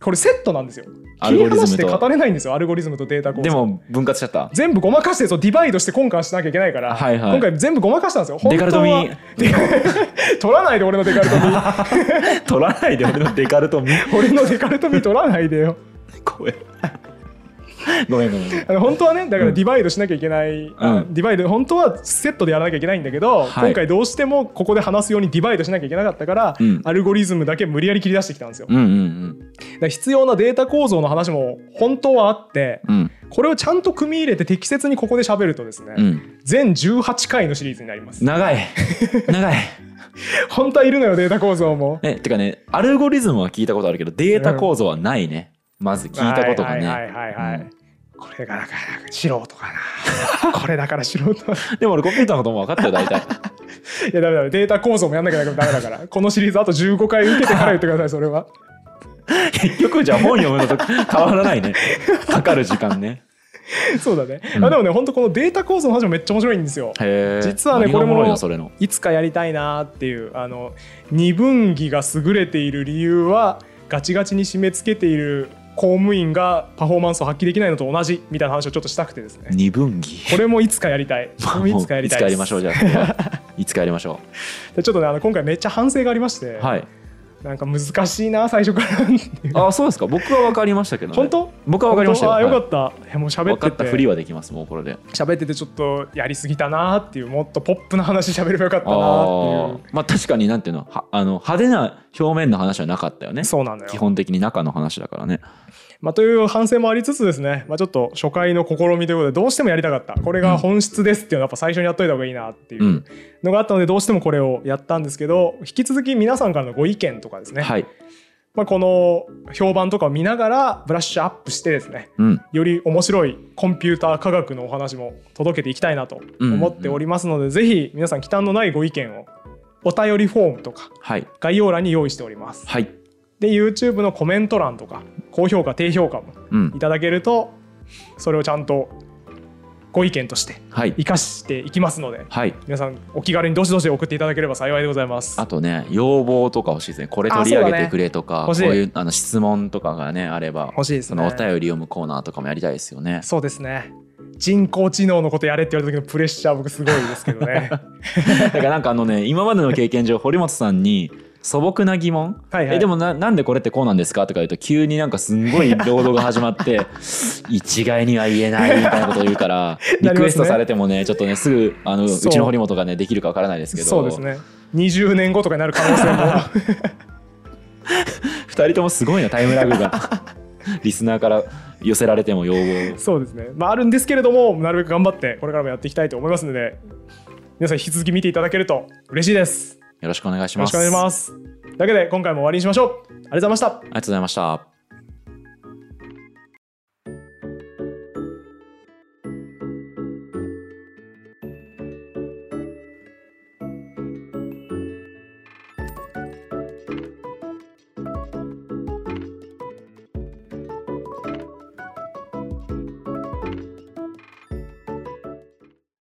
Speaker 1: これセットなんですよ
Speaker 2: ア
Speaker 1: 切り
Speaker 2: ルゴリ
Speaker 1: 離
Speaker 2: ズ
Speaker 1: し
Speaker 2: ム
Speaker 1: て語
Speaker 2: と
Speaker 1: れないんですよアルゴリズムとデータ構造
Speaker 2: でも分割しちゃった
Speaker 1: 全部ごまかしてそうディバイドして今回しなきゃいけないから、
Speaker 2: はいはい
Speaker 1: 今回全部ごまかしたんですよ
Speaker 2: デカルトミー
Speaker 1: デカ取らないで俺のデカルトミ ー
Speaker 2: 取らないで俺のデカルト 見
Speaker 1: 俺のデカルトミー取らないでよ
Speaker 2: 怖えごめんごめんごめん
Speaker 1: あの本当はねだから
Speaker 2: うん
Speaker 1: ディバイドしなきゃいけない、あディバイド本当はセットでやらなきゃいけないんだけど、
Speaker 2: はい
Speaker 1: 今回どうしてもここで話すようにディバイドしなきゃいけなかったから、
Speaker 2: うん
Speaker 1: アルゴリズムだけ無理やり切り出してきたんですよ、
Speaker 2: うんうん
Speaker 1: だから必要なデータ構造の話も本当はあって
Speaker 2: うんうん
Speaker 1: これをちゃんと組み入れて適切にここで喋るとですね、
Speaker 2: うん
Speaker 1: 全18回のシリーズになります
Speaker 2: 長い長い
Speaker 1: 本当はいるのよデータ構造も
Speaker 2: えてかねアルゴリズムは聞いたことあるけどデータ構造はないね、まず聞いたことがね、
Speaker 1: はいはいはいはいはい
Speaker 2: うん
Speaker 1: これがだから素人かなこれだから素人い
Speaker 2: でも俺コンピューターのことも分かったよ大 体
Speaker 1: やダメダメデータ構造もやんなきゃダメだからこのシリーズあと15回受けてから言ってくださいそれは
Speaker 2: 結局じゃあ本読むのと変わらないねかかる時間ね
Speaker 1: そうだね、
Speaker 2: うん
Speaker 1: あでもね本当このデータ構造の話もめっちゃ面白いんですよ
Speaker 2: へえ
Speaker 1: 実はねこれも
Speaker 2: もろいなそれの
Speaker 1: いつかやりたいなーっていうあの二分岐が優れている理由はガチガチに締め付けている公務員がパフォーマンスを発揮できないのと同じみたいな話をちょっとしたくてですね
Speaker 2: 二分岐
Speaker 1: これもいつかやりたい これもいつかやりたい
Speaker 2: もう
Speaker 1: で
Speaker 2: いつかやり
Speaker 1: す
Speaker 2: ましょうじゃあそれはいつかやりましょ
Speaker 1: でちょっとねあの今回めっちゃ反省がありまして、
Speaker 2: うはい
Speaker 1: なんか難しいな最初 からっていう
Speaker 2: あそうですか僕は分かりましたけど、ね、
Speaker 1: 本当
Speaker 2: 僕は分かりましたよ
Speaker 1: 本当あ
Speaker 2: は
Speaker 1: よかっ
Speaker 2: い
Speaker 1: た、いやもう喋
Speaker 2: 分か
Speaker 1: っ
Speaker 2: った
Speaker 1: て
Speaker 2: ふり
Speaker 1: て
Speaker 2: はできますもうこれで
Speaker 1: 喋っててちょっとやりすぎたなっていうもっとポップな話喋ればよかったなって
Speaker 2: あ
Speaker 1: い
Speaker 2: あまあ確かになんていうのはあの派手な表面の話はなかったよね
Speaker 1: うそうなのよ
Speaker 2: 基本的に中の話だからね
Speaker 1: まあ、という反省もありつつですね、まあ、ちょっと初回の試みということでどうしてもやりたかったこれが本質ですっていうのはやっぱ最初にやっといた方がいいなっていううんのがあったのでどうしてもこれをやったんですけど引き続き皆さんからのご意見とかですね、
Speaker 2: はい
Speaker 1: まあ、この評判とかを見ながらブラッシュアップしてですね
Speaker 2: うん
Speaker 1: より面白いコンピューター科学のお話も届けていきたいなと思っておりますので、ぜひ皆さん忌憚のないご意見をお便りフォームとか
Speaker 2: はい
Speaker 1: 概要欄に用意しております。
Speaker 2: はい
Speaker 1: で YouTube のコメント欄とか高評価低評価も
Speaker 2: うん
Speaker 1: いただけるとそれをちゃんとご意見として
Speaker 2: はい
Speaker 1: 生かしていきますので
Speaker 2: はい
Speaker 1: 皆さんお気軽にどしどし送っていただければ幸いでございます
Speaker 2: あとね要望とか欲しいですねこれ取り上げてくれとか、
Speaker 1: あ
Speaker 2: こ
Speaker 1: そう
Speaker 2: う
Speaker 1: だね欲しい
Speaker 2: いうあの質問とかがねあれば
Speaker 1: 欲しいです
Speaker 2: そのお
Speaker 1: ね
Speaker 2: 便り読むコーナーとかもやりたいですよね
Speaker 1: そうですね人工知能のことやれって言われた時のプレッシャー僕すごいですけど ね
Speaker 2: だからなんかあの ね今までの経験上堀本さんに素朴な疑問
Speaker 1: はいはい
Speaker 2: えでもななんでこれってこうなんですかとか言うと急になんかすんごい労働が始まって 一概には言えないみたいなことを言うから、リ
Speaker 1: なりますね
Speaker 2: クエストされてもねちょっとねすぐあのう
Speaker 1: そう
Speaker 2: ちの堀本がねできるかわからないですけど
Speaker 1: そうですね20年後とかになる可能性 も
Speaker 2: 2人ともすごいなタイムラグ がリスナーから寄せられても要望
Speaker 1: そうですねまああるんですけれどもなるべく頑張ってこれからもやっていきたいと思いますので皆さん引き続き見ていただけると嬉しいです
Speaker 2: よろしくお願いし
Speaker 1: よろ
Speaker 2: ま
Speaker 1: しく
Speaker 2: す
Speaker 1: お願いし
Speaker 2: あ
Speaker 1: ますだけで今回も終わりにしましょうありがとうございました
Speaker 2: りがとうございました